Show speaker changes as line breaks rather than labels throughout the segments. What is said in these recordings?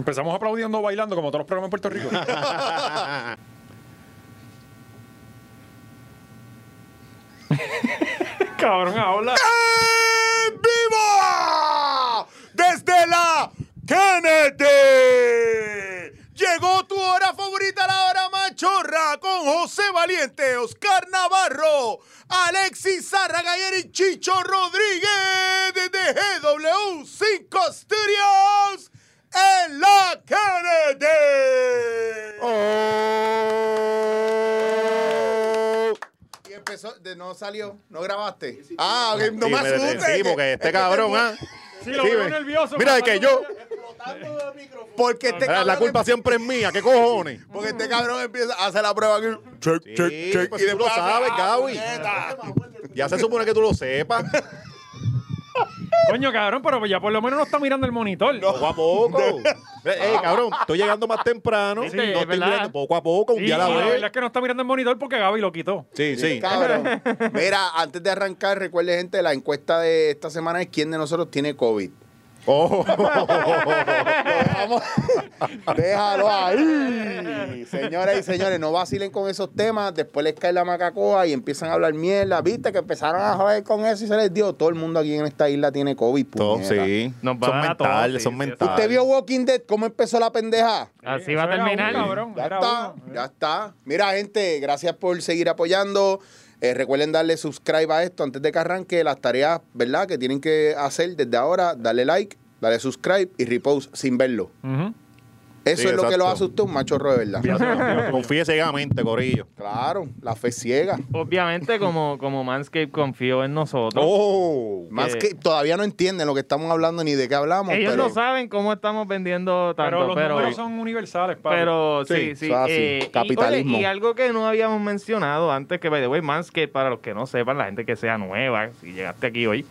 Empezamos aplaudiendo, bailando, como todos los programas en Puerto Rico. Cabrón, habla.
¡En vivo! Desde la Kennedy. Llegó tu hora favorita, la hora machorra, con José Valiente, Oscar Navarro, Alexis Zárraga y Eric Chicho Rodríguez desde GW5 Studios en la Kennedy.
Y empezó, de- no salió, no grabaste.
Ah, ok, no
Sí,
me
me detén,
asustes.
sí, porque este cabrón, ¿ah?
Sí, lo
Sí,
veo
ve.
nervioso.
Mira,
me
es que
falta
yo,
un-
Porque este
la,
cabrón.
la culpa siempre es mía, ¿qué cojones?
Porque este cabrón empieza a hacer la prueba aquí. Check,
Sí,
check, check.
pues
y
tú lo
después hace,
sabes,
ah,
Gaby.
puñeta.
Ya se supone que tú lo sepas.
Coño, cabrón, pero ya por lo menos no está mirando el monitor.
Poco a poco. Ey, cabrón, estoy llegando más temprano.
Sí,
no
es
estoy
verdad.
mirando poco a poco, un
Y
día a la
la
vez.
verdad es que no está mirando el monitor porque Gaby lo quitó.
Sí, sí.
Cabrón. Mira, antes de arrancar, recuerde, gente, la encuesta de esta semana es quién de nosotros tiene COVID.
Oh,
Vamos. Déjalo ahí. Señoras y señores, no vacilen con esos temas. Después les cae la macacoa y empiezan a hablar mierda. Viste que empezaron a joder con eso y se les dio. Todo el mundo aquí en esta isla tiene COVID.
Todo,
puñeta.
sí.
Nos va a
son
dar a todos,
mentales,
sí,
son
sí,
mentales.
¿Usted vio Walking Dead? ¿Cómo empezó la pendeja?
Así
Eh,
va a
eso era
terminar.
uno, cabrón,
Ya
era
está,
uno.
eh.
ya está. Mira, gente, gracias por seguir apoyando. Eh, recuerden darle subscribe a esto antes de que arranque las tareas, ¿verdad? Que tienen que hacer desde ahora. Darle like, darle subscribe y repost sin verlo.
Ujú.
Eso
Sí,
es lo que
exacto.
lo asustó un machorro de verdad.
Confíe ciegamente, Corillo.
Claro, la fe ciega.
Obviamente, como, como Manscape confió en nosotros.
Oh.
Más que todavía no entienden lo que estamos hablando ni de qué hablamos.
Ellos
pero
no saben cómo estamos vendiendo
Pero
tanto,
los
pero.
números son universales, papi.
Pero
Sí,
sí, sí.
eso es así.
eh, y, oye,
Capitalismo.
Y, algo que no habíamos mencionado antes, que by the way, Manscape, para los que no sepan, la gente que sea nueva, si llegaste aquí hoy,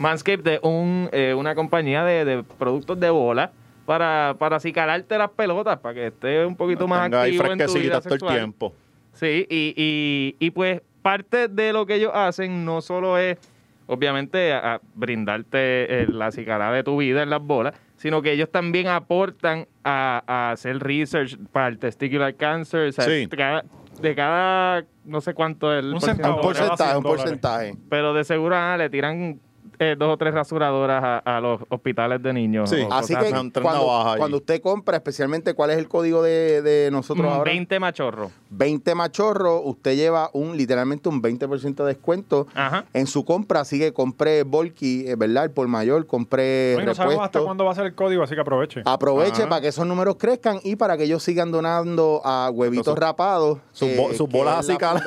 Manscape es un, eh, una compañía de, de productos de bola para, para acicalarte las pelotas, para que estés un poquito más
Tenga ahí
activo en tu vida
fresquecita todo el
sexual.
tiempo.
Sí, y, y, y pues parte de lo que ellos hacen no solo es, obviamente, a- a brindarte eh, la cicarada de tu vida en las bolas, sino que ellos también aportan a, a hacer research para el testicular cancer, o sea,
Sí.
cada- de cada, no sé cuánto es el
Un
Es
porcentaje,
centavo.
un porcentaje, un
dólares.
porcentaje.
pero de seguro ah, le tiran eh, dos o tres rasuradoras a, a los hospitales de niños.
Sí.
o
Así
cosas
que
Una entrada baja
cuando,
ahí.
cuando usted compra, especialmente cuál es el código de, de nosotros
Mm,
ahora.
20 machorros.
20 machorros, usted lleva un literalmente un 20% de descuento
Ah.
Ajá.
en su compra, así que compré Volky, eh, ¿verdad? El por mayor, compré
Oye, no sabemos hasta
repuesto.
cuándo va a ser el código, así que aproveche.
Ah.
Aproveche
Ajá.
para que esos números crezcan y para que ellos sigan donando a huevitos
Entonces,
rapados. eh,
sus bo- sus bolas
que es la
así,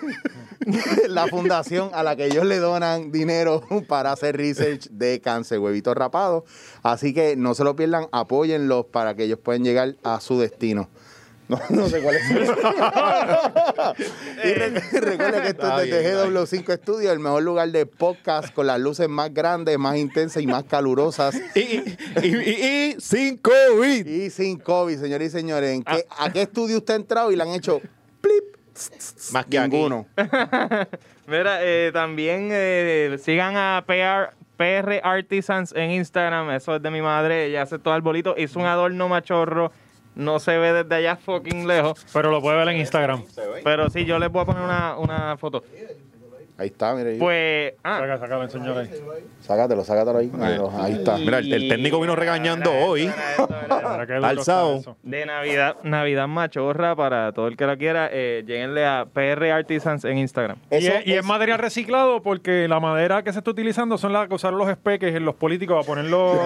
funda- La fundación a la que ellos le donan dinero para hacer research de cáncer, huevitos rapados. Así que no se lo pierdan, apóyenlos para que ellos puedan llegar a su destino. No, no sé cuál es. y re- recuerden que esto
Está
es desde
bien, está bien.
GW5 Studios, el mejor lugar de podcast con las luces más grandes, más intensas y más calurosas
Y, y, y, y- y sin COVID.
y sin COVID, señores y señores. ¿En qué- ¿A qué estudio usted ha entrado y le han hecho plip?
Más que aquí.
Ninguno.
Mira, eh, también eh, sigan a PR, PR Artisans en Instagram. Eso es de mi madre. Ella hace todo arbolito. Hizo un adorno machorro. No se ve desde allá fucking lejos.
Pero lo puede ver en Instagram.
Pero sí, yo les voy a poner una, una foto.
Ahí está, mire. ahí.
Pues. Ah,
Saca, saca, enseñale ahí.
Sácatelo, sácatelo ahí. Míralo, Ahí está.
Mira, el, el técnico vino regañando
Era eso,
hoy.
era eso, era eso.
Mira qué duro
Ah. Alzado.
está eso.
De Navidad, Navidad machorra para todo el que la quiera. Eh, lleguenle a PR Artisans en Instagram.
Y
Eso
es, y es material reciclado porque la madera que se está utilizando son las que usaron los espeques en los políticos a ponerlo.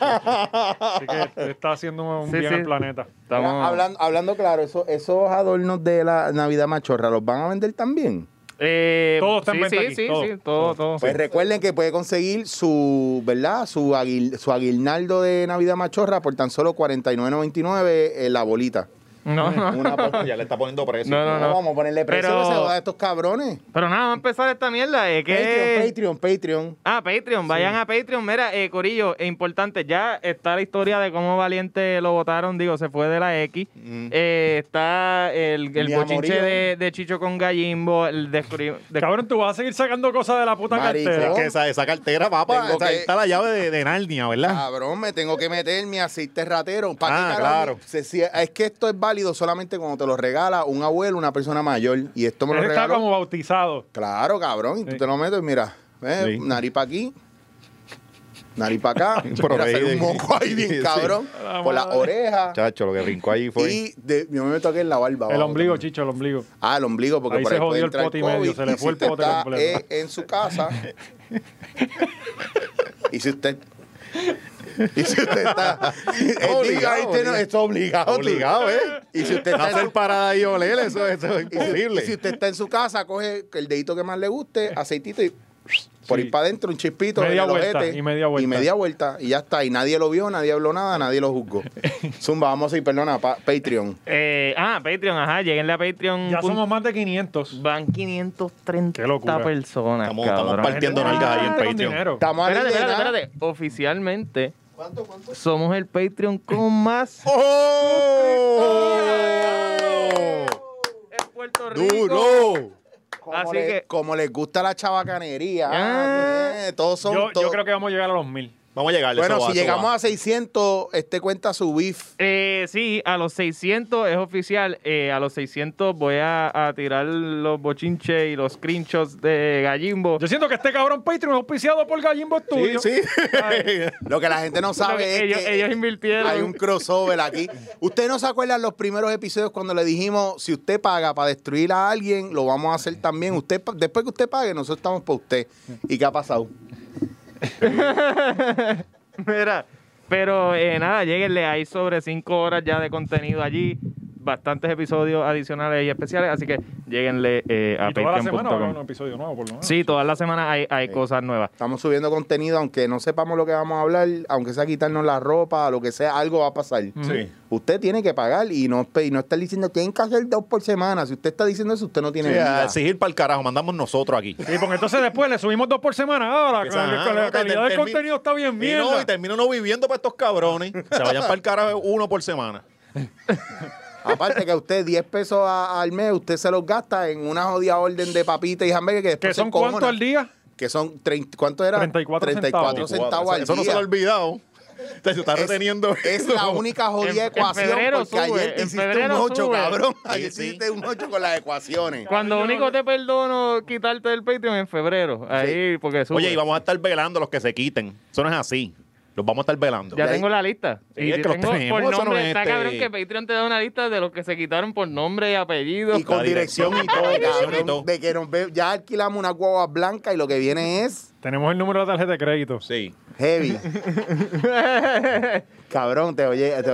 Así que está haciendo un
Sí,
bien
sí.
al planeta.
Estamos-
Mira, hablando, hablando claro, eso- esos adornos de la Navidad Machorra, ¿los van a vender también?
Eh,
Todo está en
sí,
venta
sí,
aquí,
sí,
todo.
sí, todo, todo.
Pues recuerden que puede conseguir su, ¿verdad? Su, aguil- su aguirnaldo de Navidad Machorra por tan solo $49.99 en eh, la bolita.
No, no.
Una por- ya le está poniendo precio.
No, no,
No, vamos a ponerle precio
Pero-
que se joda a estos cabrones.
Pero nada, va a empezar esta mierda. eh, que...
Patreon, Patreon, Patreon.
Ah, Patreon, vayan a Patreon. Mira, eh, Corillo, es importante, ya está la historia de cómo Valiente lo votaron, digo, se fue de la X. Eh, está el, el
Mi
bochinche
amorío.
de, de Chicho con Gallimbo, el descubri- de-
Cabrón, tú vas a seguir sacando cosas de la puta
Marico.
cartera.
Es Ah, que esa, esa cartera, papá,
Tengo
esa-
que- Ah,
está la llave de, de Narnia, ¿verdad?
Cabrón, me tengo que meter mi aceite ratero. ¿Pa' qué
Ah,
carajo?
claro.
Se- si- es que esto es válido solamente cuando te lo regala un abuelo, una persona mayor. Y esto me lo
Él está
regaló.
como bautizado.
Claro, cabrón. Y tú
Sí.
te lo metes y mira, eh,
Sí.
nariz para aquí, nariz para acá. mira,
Proveído.
sale un moco ahí bien
Sí, sí.
cabrón.
La
Por las
madre.
orejas.
Chacho, lo que brincó ahí fue.
Y de- yo me meto aquí en la barba.
El
abajo
ombligo,
también.
chicho, el ombligo.
Ah, el ombligo, porque
Ahí
por
se
ahí puede
jodió el
entrar
pote y medio,
COVID.
se le fue
si
el
usted
pote
está,
completo.
eh, en su casa. y si usted. Y si usted está. eh,
Obligado,
Diga, este no-
obligado.
esto es obligado. tú.
Obligado, ¿eh?
Y si usted
No
está en
hacer
su-
parada ahí oler, eso, eso es
y si-
imposible.
y si usted está en su casa, coge el dedito que más le guste, aceitito y. Por
Sí.
ir para adentro, un chispito, en
Media
el
vuelta,
ojete,
y media vuelta.
Y media vuelta, y ya está. Y nadie lo vio, nadie habló nada, nadie lo juzgó. Zumba, vamos a ir, perdona, pa- Patreon.
eh, ah, Patreon, ajá, lleguenle a Patreon.
Ya somos más de 500.
Van 530
Qué locura.
personas.
Estamos- estamos
cabrón.
partiendo Entiendo nalgas ahí en
Con
Patreon.
dinero.
Estamos
Espérate,
al
espérate,
día.
espérate. Oficialmente, somos el Patreon con más
¡Oh!
¡Oh!
en Puerto Rico.
¡Duro!
Como,
Así
le-
que-
como les gusta la chabacanería,
Ah.
eh, todos son.
Yo, yo
todos-
creo que vamos a llegar a los mil.
Vamos a llegar.
bueno, si llegamos a 600, este cuenta su beef.
Eh, sí, a los 600 es oficial. eh, a los 600 voy a, a tirar los bochinches y los screenshots de Gallimbo.
Yo siento que este cabrón Patreon es auspiciado por Gallimbo Studio.
Sí,
Lo que la gente no sabe es
ellos,
que
ellos invirtieron.
hay un crossover aquí. Ustedes no se acuerdan los primeros episodios cuando le dijimos, si usted paga para destruir a alguien, lo vamos a hacer también. Usted pa- Después que usted pague, nosotros estamos por usted. ¿Y qué ha pasado?
Mira, pero eh, nada, lleguenle. Hay sobre 5 horas ya de contenido allí. Bastantes episodios adicionales y especiales. Así que lleguenle eh, a
Y toda la semana va a haber
patreon.com.
un episodio nuevo, por lo menos.
Sí, todas las semanas hay, hay cosas nuevas.
Estamos subiendo contenido, aunque no sepamos lo que vamos a hablar, aunque sea quitarnos la ropa, lo que sea, algo va a pasar.
Sí.
Usted tiene que pagar y no, y no estar diciendo tienen que hacer dos por semana. Si usted está diciendo eso, usted no tiene
Sí, a
vida.
exigir para el carajo, mandamos nosotros aquí.
Sí, porque entonces después le subimos dos por semana. Ahora, con la, con la calidad del contenido está bien
bien. Y, no,
mierda.
y termino no viviendo para estos cabrones. Se vayan para el carajo uno por semana.
Aparte que usted 10 pesos a- al mes, usted se los gasta en una jodida orden de papita y hamburguesas que después
¿Que
se
son cuántos
encojona.
al día?
Que son 30, ¿cuánto era?
34
34
centavos.
centavos
Eso,
al
eso no se
día.
lo ha olvidado. O sea, se está
Es-
reteniendo.
Es la única jodida
En- en
ecuación
febrero
porque
sube,
ayer te
en
hiciste un
febrero
8,
sube.
cabrón.
Sí,
Ayer
sí.
hiciste un 8 con las ecuaciones.
Cuando único te perdono quitarte del Patreon en febrero. Ahí, porque sube.
Oye, y vamos a estar velando los que se quiten. Eso no es así. Los vamos a estar velando.
Ya
Ya
tengo la lista.
Sí, es que los
tengo
tenemos,
por
eso no
nombre.
es
está
este-
cabrón que Patreon te da una lista de los que se quitaron por nombre y apellido.
Y con
La
dirección y todo,
dirección y todo.
cabrón. De que nos ve, ya alquilamos una guagua blanca y lo que viene es...
Tenemos el número de tarjeta de crédito.
Sí.
Heavy. Cabrón, te oye. te-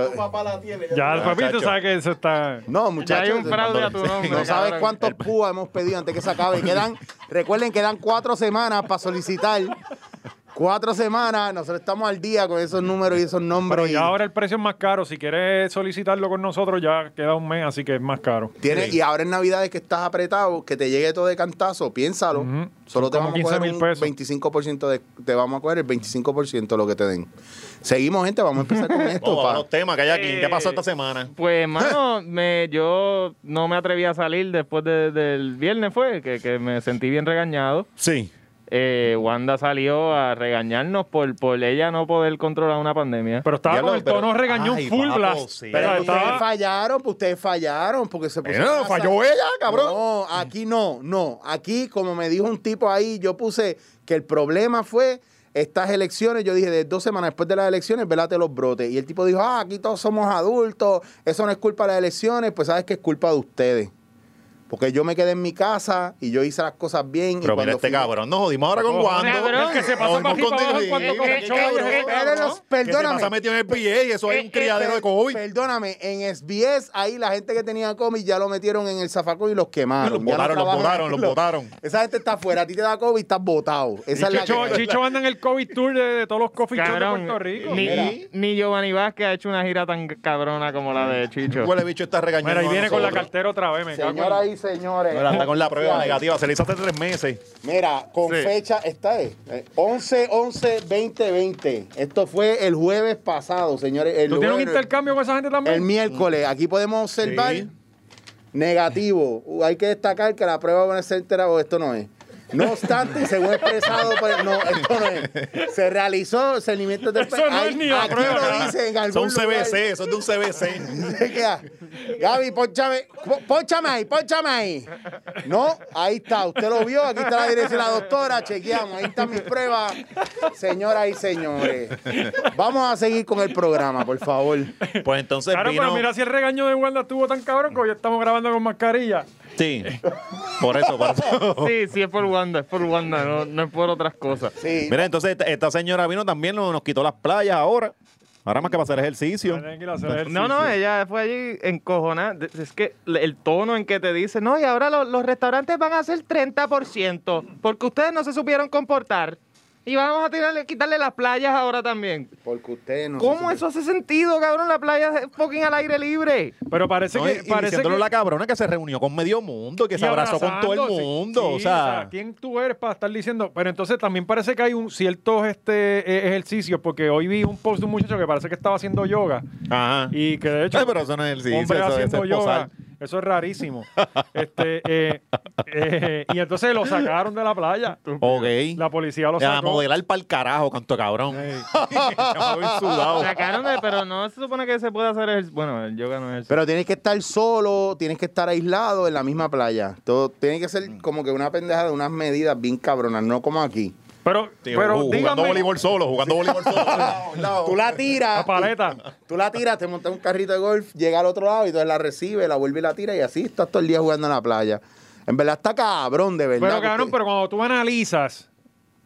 Ya,
Ah,
papi, tú
chacho.
sabes que eso está...
No,
Ya
muchachos.
hay un fraude a tu nombre.
No sabes
cabrón.
cuántos púas hemos pedido antes que se acabe. Quedan, recuerden que dan cuatro semanas para solicitar. Cuatro semanas, nosotros estamos al día con esos números y esos
Pero
nombres.
ya
y,
ahora el precio es más caro. Si quieres solicitarlo con nosotros, ya queda un mes, así que es más caro.
tienes- y ahora en Navidades que estás apretado, que te llegue todo de cantazo, piénsalo.
Ujú.
Solo te
Son como
vamos a coger
15.000
un
pesos.
25% de, te vamos a coger el 25% lo que te den. Seguimos, gente, vamos a empezar con esto.
Oh,
Vamos a
pa.
los temas que hay aquí.
Eh,
¿Qué pasó esta semana?
Pues, mano, me, yo no me atreví a salir después de- del viernes, fue, que, que me sentí bien regañado.
Sí.
Eh, Wanda salió a regañarnos por, por ella no poder controlar una pandemia.
Pero estaba
Diablo,
con el
pero-
tono regañón
Ay,
full
papo,
blast.
sí.
Pero
O sea,
ustedes
estaba-
fallaron, pues ustedes fallaron, porque se
Pues
pusieron
Bueno,
a
falló
sa-
ella, cabrón.
No, aquí no, no. Aquí, como me dijo un tipo ahí, yo puse que el problema fue estas elecciones. Yo dije, de dos semanas después de las elecciones, velate los brotes. Y el tipo dijo, ah, aquí todos somos adultos, eso no es culpa de las elecciones, pues sabes que es culpa de ustedes. Porque yo me quedé en mi casa y yo hice las cosas bien. y
Pero mira
cuando
este
fui-
cabrón, nos jodimos ahora con
Ojo,
Wando.
cabrón. El que se
pasó
Nos jodimos
para aquí, para abajo,
Didi,
cuando
qué
coge show,
cabrón.
eh,
Pero los-
Que se
perdóname.
pasa metido en el PA y eso hay un criadero de
Per-
COVID.
Eh, Perdóname, en SBS ahí la gente que tenía COVID ya lo metieron en el zafacón y los
Los
quemaron. Ya no
Ah, botaron, los
trabajan
botaron,
ahí,
los
lo-
botaron.
Esa gente está afuera, a ti te da COVID, estás botado. Esa es la
Chicho,
que-
Chicho anda en el COVID Tour de, de todos los coffee shops de
Cabrón,
Puerto Rico.
ni,
Mira.
ni Giovanni Vázquez ha hecho una gira tan cabrona como la de Chicho.
Huele bicho está regañando.
Mira, y
a
viene con la
nosotros.
cartera otra vez, me cago en-
Señoras y señores.
Mira, está con la prueba
Oficial.
negativa. Se le hizo hace tres meses.
Mira, con
Sí.
fecha, esta es. eh, 11-11-2020. Esto fue el jueves pasado, señores. El,
¿Tú tienes un
jueves-
intercambio con esa gente también?
el miércoles. Aquí podemos observar
Sí.
negativo. Uh, Hay que destacar que la prueba va a ser entera o esto no es. No obstante, según expresado, por- no, esto no es. Se realizó, se limita de
Eso no es ni la
aquí
prueba,
lo dice en algún
Son
lugar.
CBC, son de un CBC.
Se queda. Gaby, ponchame, po- ponchame ahí, ponchame ahí. No, ahí está, usted lo vio, aquí está la dirección de la doctora, chequeamos, ahí están mis pruebas, señoras y señores. Vamos a seguir con el programa, por favor.
Pues entonces
Claro,
vino.
pero mira si el regaño de Wanda estuvo tan cabrón que hoy estamos grabando con mascarilla.
Sí. Por eso, por eso.
Sí, sí, es por Wanda, es por Wanda, no, no es por otras cosas.
Sí.
Mira, entonces esta, esta señora vino también, nos nos quitó las playas ahora. Ahora más que para hacer ejercicio.
Tienen que ir a hacer ejercicio.
No, no,
eh.
ella fue allí encojonada. De- Es que le- el tono en que te dice, no, y ahora lo- los restaurantes van a hacer 30%, porque ustedes no se supieron comportar. Y vamos a tirarle, quitarle las playas ahora también.
Porque usted no.
¿Cómo eso hace sentido, cabrón? La playa es fucking al aire libre.
Pero parece
No, y-
que.
y
Parece
diciéndole
que-
la cabrona que se reunió con medio mundo, que
y
se abrazó con todo el
abrazándose.
mundo.
Sí,
o sea,
¿quién tú eres para estar diciendo? Pero entonces también parece que hay un ciertos este, eh, ejercicios, porque hoy vi un post de un muchacho que parece que estaba haciendo yoga
ajá.
y que de hecho.
Ay, pero eso no es ejercicio,
hombre
eso- eso
haciendo
es
yoga.
posar.
Eso es rarísimo. este, eh, eh, y entonces lo sacaron de la playa.
Ok.
La policía lo
a
sacó.
modelar para el carajo, canto cabrón. Cabrón sudado.
Sacaron de, pero no se supone que se puede hacer el... Bueno, el yoga no es el...
Pero tienes que estar solo, tienes que estar aislado en la misma playa. Todo tiene que ser como que una pendeja de unas medidas bien cabronas, no como aquí.
Pero,
Tío,
pero
jugando
dígame-
voleibol solo, jugando voleibol solo.
Tú la tiras.
La paleta.
Tú la tiras, te montas un carrito de golf, llega al otro lado y entonces la recibe, la vuelve y la tira y así estás todo el día jugando en la playa. En verdad está cabrón, de verdad.
Pero cabrón,
que-
pero cuando tú analizas,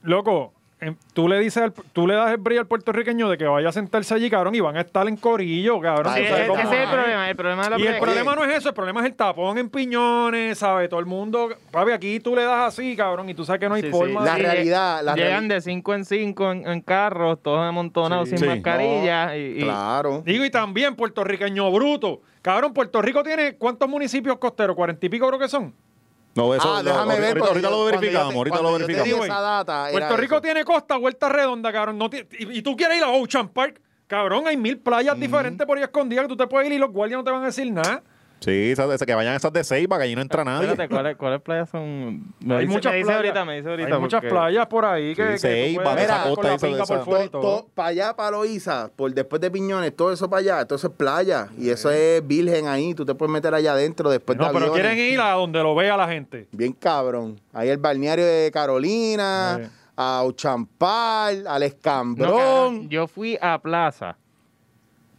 loco, em, tú le dices, al- tú le das el brillo al puertorriqueño de que vaya a sentarse allí, cabrón, y van a estar en corillo, cabrón.
Sí,
¿Tú sabes
es-
cómo
ese es el
problema, el problema de la
Y el
playa.
problema no es eso, el problema es el tapón en piñones, ¿sabes? Todo el mundo, papi, aquí tú le das así, cabrón, y tú sabes que no hay
Sí, sí.
forma.
La
de-
lleg-
realidad, la
Llegan
reali-
de 5 en 5 en, en carros, todos amontonados
Sí.
sin
Sí.
mascarilla. y, y-
Claro.
Digo, y también puertorriqueño bruto. Cabrón, Puerto Rico tiene, ¿cuántos municipios costeros? ¿Cuarenta y pico creo que son?
No, eso
ah,
lo-
déjame ver.
Ahorita,
porque
ahorita
yo-
lo
cuando yo te-
verificamos, ahorita lo
cuando yo te di
verificamos.
verificamos.
esa data, era
Puerto Rico
eso.
tiene costa, vuelta redonda, cabrón. No tiene- y, y tú quieres ir a Ocean Park, cabrón, hay mil playas diferentes por ahí escondidas que tú te puedes ir y los guardias no te van a decir nada.
Sí, esas- esas- que vayan esas de Seiba, que allí no entra nadie.
Espérate, ¿cuáles cuáles playas son? Me
Hay
dice-
muchas
me dice
playas.
ahorita, me dice ahorita.
Hay muchas
porque-
playas por ahí que,
Sí,
que
sí,
tú
y
puedes
para
esa
andar con
costa
la
y esa-
finca
esa-
por fuera y todo.
para allá, para Loíza, por después de Piñones, todo eso para allá, entonces playa. Y eso es virgen ahí, tú te puedes meter allá adentro después
No,
de
pero
aviones.
quieren ir a donde lo vea la gente.
Bien cabrón. Ahí el balneario de Carolina,
Sí.
a Ochampal, al
No,
Escambrón.
cabrón, yo fui a plaza.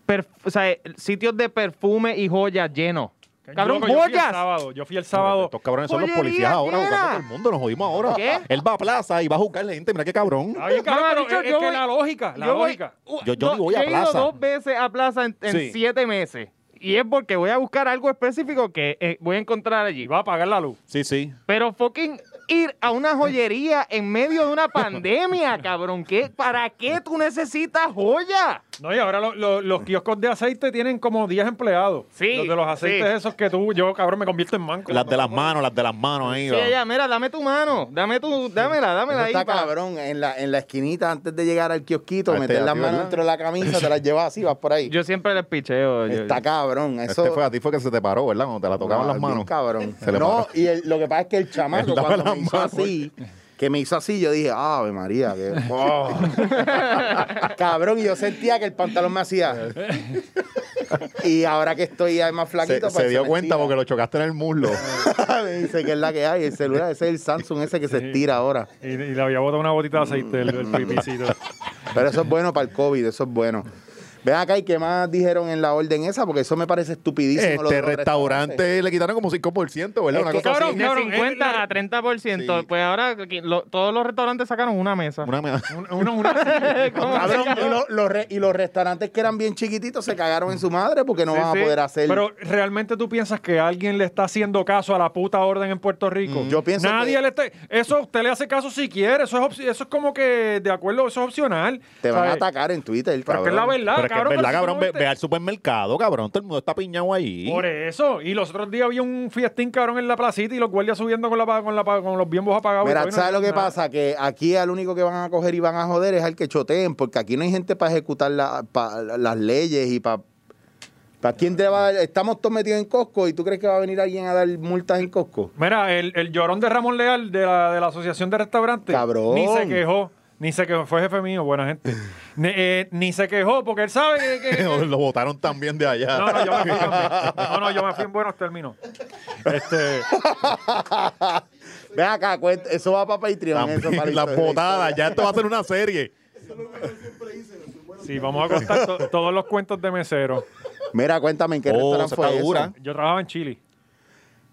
Perf- o sea, eh, sitios de perfume y joyas llenos. Cabrón,
Loco, yo fui el
joyas.
sábado, yo fui el sábado.
Estos cabrones son los
Joyería
policías ahora
llena.
jugando a todo el mundo, nos jodimos ahora.
¿Qué?
Él va a plaza y va a juzgar gente, mira qué cabrón.
Está bien, cabrón,
Mamá,
pero
bicho,
es, es
yo
que
voy-
la lógica, la
yo voy-
lógica.
u-
Yo- yo
do-
ni voy a
he ido
plaza.
dos veces a plaza en, en
Sí.
siete meses. Y es porque voy a buscar algo específico que eh, voy a encontrar allí.
Y va a apagar la luz.
Sí, sí.
Pero fucking ir a una joyería en medio de una pandemia, cabrón. ¿Qué? ¿Para qué tú necesitas joya?
No, y ahora lo- lo- los kioscos de aceite tienen como 10 empleados.
Sí,
Los de los aceites
sí.
esos que tú, yo, cabrón, me convierto en manco.
Las de las manos, las de las manos ahí.
Sí,
va.
ya, mira, dame tu mano. Dame tu, dámela,
Eso
dámela ahí.
está
pa-
cabrón, en la, en la esquinita antes de llegar al kiosquito,
Este,
meter las
aquí,
manos
¿verdad?
dentro de la camisa, te las llevas así, vas por ahí.
Yo siempre les picheo. yo-
está cabrón, eso...
Este fue a ti fue que se te paró, ¿verdad? Cuando te la tocaban
No,
las
bien
manos.
Cabrón.
Se le
no,
paró.
y el- lo que pasa es que el chamaco
Él daba
cuando
las
me hizo
manos.
así, que me hizo así, yo dije, ave María, que... oh". cabrón, y yo sentía que el pantalón me hacía... y ahora que estoy ya más
Se,
flaquito... pues,
se dio cuenta porque lo chocaste en el muslo.
porque... me dice que es la que hay, el celular, ese es el Samsung ese que se estira ahora.
Y, y
Mm.
le había botado una botita de aceite, el, el pipicito.
Pero eso es bueno para el COVID, eso es bueno. Ven acá, ¿y qué más dijeron en la orden esa? Porque eso me parece estupidísimo. lo de
Este
los restaurantes.
restaurante le quitaron como 5%, ¿verdad?
Es
Una
que-
cosa así.
Cabrón,
De
cabrón,
50
eh,
a 30%.
Sí.
Pues ahora que lo- todos los restaurantes sacaron una mesa.
Una me-
Un- Una, una silla.
¿Cómo se
Cabrón,
llama?
y, lo- los re- y los restaurantes que eran bien chiquititos se cagaron en su madre porque no
Sí,
van a
sí,
poder hacer.
Pero realmente tú piensas que alguien le está haciendo caso a la puta orden en Puerto Rico.
Mm. Yo pienso
Nadie
que-
le está. Eso usted le hace caso si quiere. Eso es, opci- eso es como que, de acuerdo, eso es opcional.
te van a
¿sabes?
atacar en Twitter.
Pero es que es la
cabrón.
verdad,
Pero es
cabrón.
que es verdad,
pero si
cabrón.
tú
Ve,
no te-
ve al supermercado, cabrón. Todo el mundo está piñado ahí.
Por e- eso. Y los otros días había un fiestín, cabrón, en la placita y los guardias subiendo con, la, pa- con, la, pa- con los bienbos apagados. y
Mira,
todavía no
¿sabes lo que
hacen nada.
pasa? Que aquí al único que van a coger y van a joder es al que choteen, porque aquí no hay gente para ejecutar la- pa- las leyes y para... ¿Para quién te va a dar? Estamos todos metidos en Costco y tú crees que va a venir alguien a dar multas en Costco.
Mira, el, el llorón de Ramón Leal de la, de la Asociación de Restaurantes.
Cabrón.
Ni se quejó. Ni se quejó. Fue jefe mío, buena gente. ni, eh, ni se quejó porque él sabe que. que-
Lo votaron también de allá.
No, no, yo me fui. también. No, no, yo me fui en buenos términos. Este,
Ven acá, cuenta- eso va para Patreon. eso para
También, las
historia.
botadas, ya esto va a ser una serie.
sí, vamos a contar to- todos los cuentos de mesero.
Mira, cuéntame, ¿en qué
Oh,
restaurante
esa
fue
está
eso?
dura.
Yo trabajaba en Chile.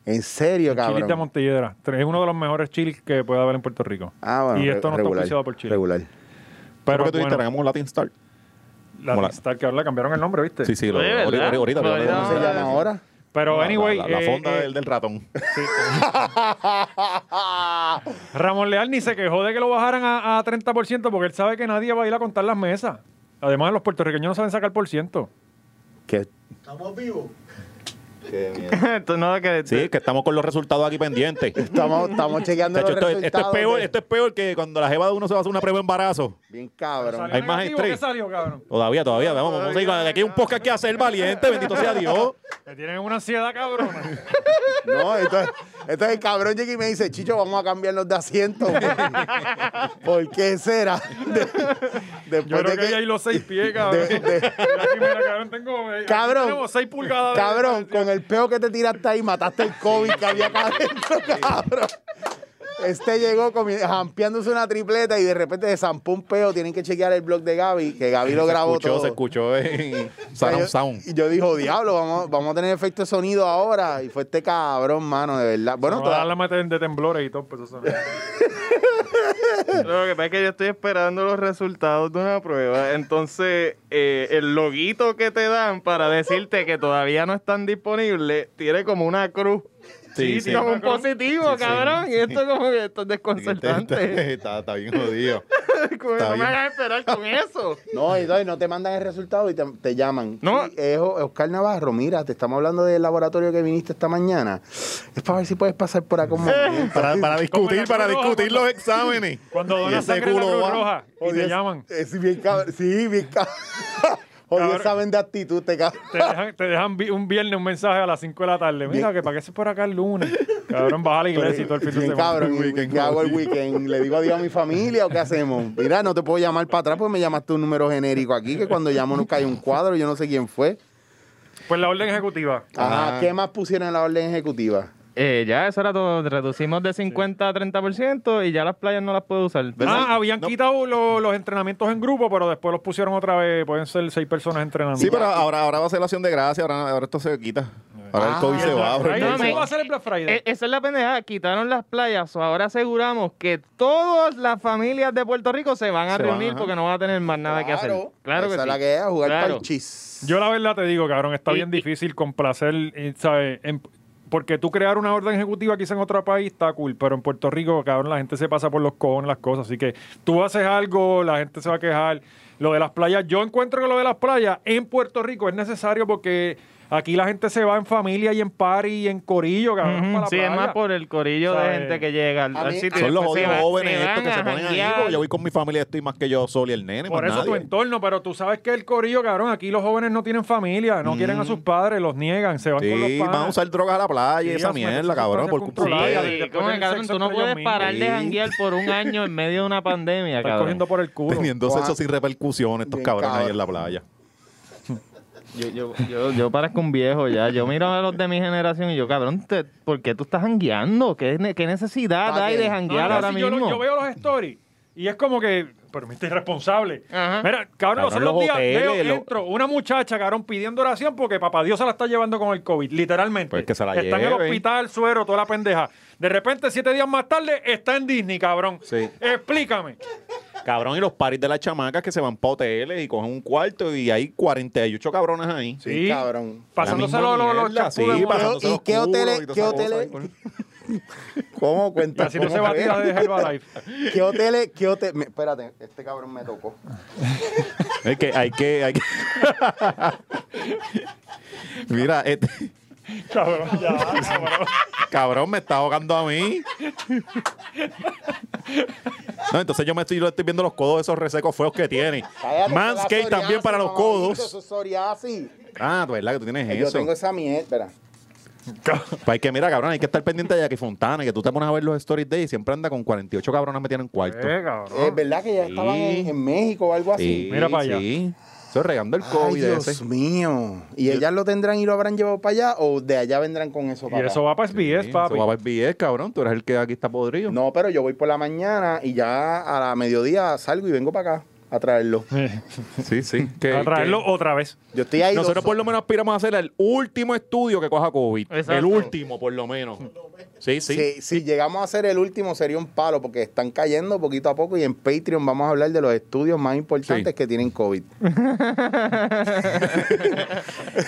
¿En serio,
Chile de
cabrón?
Montillera. Es uno de los mejores chiles que puede haber en Puerto Rico.
Ah, bueno,
y esto no
re- regular,
está auspiciado por Chile.
Regular.
Pero
Pero
que tú dijiste,
bueno,
hagamos un Latin Star.
la
Mola.
Star, que ahora le cambiaron el nombre, ¿viste?
Sí, sí, lo,
Oye,
ahorita, ahorita,
¿verdad?
ahorita,
Lo
¿Cómo
ahorita.
se
Ah,
llama ahora?
Pero,
La-
anyway.
La, la
eh,
fonda
eh,
del, del ratón.
Ramón Leal ni se quejó de que lo bajaran a, a 30% porque él sabe que nadie va a ir a contar las mesas. Además, los puertorriqueños no saben sacar por ciento.
Que
Tú no, que-
Sí, que estamos con los resultados aquí pendientes.
estamos, estamos chequeando
Tacho,
los
esto, es-
resultados.
esto es peor,
de-
esto es peor que cuando la jeva de uno se va a hacer una prueba de embarazo.
Bien cabrón.
¿Salió
Hay más
negativo?
estrés.
¿Qué salió, cabrón?
Todavía, todavía. Vamos, vamos a seguir. Aquí hay un podcast que hacer valiente, bendito sea Dios.
Le tienen una ansiedad, cabrón.
No, entonces, entonces el cabrón llega y me dice, Chicho, vamos a cambiarnos de asiento. ¿Por qué será? De-
Yo creo
después Pues de
que,
que...
hay los seis pies, cabrón.
de- de-
Aquí, mira, cabrón, tengo, eh, aquí
Cabrón.
tenemos seis pulgadas. de-
Cabrón, con el peo que te tiraste ahí, mataste el COVID que había acá adentro, cabrón. Este llegó comi- jampeándose una tripleta y de repente de zampó un peo. Tienen que chequear el blog de Gaby, que Gaby lo grabó
escuchó,
todo. Pues
Se escuchó en
yo-
Sound Sound.
Y yo dijo, diablo, vamos, vamos a tener efecto de sonido ahora. Y fue este cabrón, mano, de verdad. Bueno,
No,
toda-
la meten de temblores y todo, pues eso no.
Lo que pasa es que yo estoy esperando los resultados de una prueba. Entonces, eh, el loguito que te dan para decirte que todavía no están disponibles tiene como una cruz.
Sí, sí.
como un positivo, cabrón. Y esto como que esto es desconcertante.
Está, está bien jodido.
Como que
está
no me
bien.
hagas esperar con eso.
No, y entonces no te mandan el resultado y te, te llaman.
No.
Sí, es O- Oscar Navarro, mira, te estamos hablando del laboratorio que viniste esta mañana. Es para ver si puedes pasar por acá un momento.
Para, para
Como
discutir,
la
para
Cruz Roja,
discutir
cuando-
los exámenes.
Cuando
Y
donas
ese
sangre en la
culo
Cruz
va.
Roja y te
Jodies-
llaman,
Es bien cabrón. Sí, bien cabrón. Oye,
Cabrón.
saben de actitud, te cabrón.
te dejan, te dejan vi- un viernes un mensaje a las 5 de la tarde. Mira, que para qué se por acá el lunes. Cabrón, baja a la iglesia y todo el fin de
Bien
semana.
cabrón.
El
¿y
weekend,
¿Qué hago el
jodido.
weekend? ¿Le digo adiós a mi familia o qué hacemos? Mira, no te puedo llamar para atrás porque me llamaste un número genérico aquí que cuando llamo nunca hay un cuadro. Yo no sé quién fue.
Pues la orden ejecutiva.
Ajá, ¿qué más pusieron en la orden ejecutiva?
Eh, ya, eso era todo. Reducimos de 50 a 30% y ya las playas no las puedo usar.
Ah, habían quitado lo- los entrenamientos en grupo, pero después los pusieron otra vez. Pueden ser seis personas entrenando.
Sí, pero ahora, ahora va a ser la acción de gracia, ahora, ahora esto se quita. Ahora
Ah,
el COVID se va.
Black
bro.
Friday,
No,
¿Cómo
me-
va a ser el Black Friday?
Eh, esa es la pendeja. Quitaron las playas. o Ahora aseguramos que todas las familias de Puerto Rico se van a
Se van,
reunir
ajá.
porque no van a tener más nada que hacer. Claro que
Esa
sí.
es la que es, a jugar
Claro.
parchís.
Yo la verdad te digo, cabrón, está
Y-
bien
y-
difícil complacer, eh, ¿sabes? En- porque tú crear una orden ejecutiva quizá en otro país está cool, pero en Puerto Rico, cabrón, la gente se pasa por los cojones las cosas. Así que tú haces algo, la gente se va a quejar. Lo de las playas, yo encuentro que lo de las playas en Puerto Rico es necesario porque aquí la gente se va en familia y en party y en corillo, cabrón,
Ujú,
para la
sí, es
playa.
más por el corillo
¿Sabes?
de gente que llega al,
A
al
mí-
sitio. y
Son los
después se
jodidos
va-
jóvenes
se
estos que
van
se
a
ponen ahí.
janguear.
porque Yo voy con mi familia, estoy más que yo solo y el nene.
Por
más
eso tu
nadie.
entorno, pero tú sabes que el corillo, cabrón, aquí los jóvenes no tienen familia, no quieren a sus padres, los niegan, se van con los
Mm. Sí,
padres.
van a usar drogas a la playa y
Sí,
esa
las
mierda,
metas
cabrón, por
sustancias
culpa
Sí,
de
controladas.
ustedes.
Después
¿cómo
del
es, cabrón?
sexo
Tú no
entre ellos
puedes
mismos.
parar de
Sí.
janguear por un año en medio de una pandemia,
Están
cabrón.
cogiendo por el culo.
Teniendo
Ojalá.
sexo sin repercusión estos
Bien,
cabrones ahí
cabrón.
en la playa.
Yo, yo, yo, yo parezco un viejo ya. Yo miro a los de mi generación y yo, cabrón, te- ¿por qué tú estás jangueando? ¿Qué, ne- qué necesidad
¿Pa'
hay
qué?
de janguear
Ah,
ahora
sí, yo, lo-
mismo?
yo veo los stories y es como que pero me estoy irresponsable.
Ajá.
Mira, cabrón, los
Cabrón,
otros
los
días
hoteles,
veo,
los-
entro, una muchacha, cabrón, pidiendo oración porque papá Dios se la está llevando con el COVID, literalmente.
Pues que se la
Está en el
lleve.
hospital, suero, toda la pendeja. De repente, siete días más tarde, está en Disney, cabrón.
Sí.
Explícame.
Cabrón, y los paris de las chamacas que se van para hoteles y cogen un cuarto y hay 48 cabronas ahí.
Sí.
cabrón.
Pasándoselo los, los
mierda,
champús
sí,
de moda.
pasando-
¿Y qué
culos y
hoteles?
todas
¿Qué
esas
hoteles?
cosas.
¿Cómo
Y
cuenta?
así no se
¿Cómo
va a tirar
fue?
de Herbalife.
¿Qué hoteles? ¿Qué hoteles? Me- Espérate, este cabrón me tocó.
Hay que, hay que, hay que. Mira, este
Cabrón, ya, cabrón.
cabrón me está ahogando a mí. No, entonces yo me estoy, yo estoy viendo los codos de esos resecos feos que tiene.
Cállate,
Manscaped
eso es
también para los
psoriasis,
codos.
mamacito, Eso es psoriasis.
Ah, tú verdad que tú tienes
Eh, Yo
eso.
tengo esa mierda.
Pues hay que, mira, cabrón, hay que estar pendiente de Jackie Fontana, que tú te pones a ver los stories de ella y siempre anda con 48 cabronas metidas en cuarto.
Eh, cabrón.
Es verdad que ya estaban en, en México o algo así.
Sí,
Mira para allá.
Sí. Eso es regando el
Ay,
COVID
Dios
ese.
mío. ¿Y ellas lo tendrán y lo habrán llevado para allá o de allá vendrán con eso
Y
para
eso
acá?
va para SBS,
Sí,
papi.
Eso va a BS, cabrón. Tú eres el que aquí está podrido.
No, pero yo voy por la mañana y ya a la mediodía salgo y vengo para acá a traerlo.
Sí, sí. Que-
A traerlo
que-
otra vez.
Yo estoy ahí.
Nosotros
dos-
por lo menos aspiramos a hacer el último estudio que coja COVID.
Exacto.
El último, por lo menos. Sí, sí.
Si, si llegamos a hacer el último sería un palo porque están cayendo poquito a poco y en Patreon vamos a hablar de los estudios más importantes
Sí.
que tienen COVID.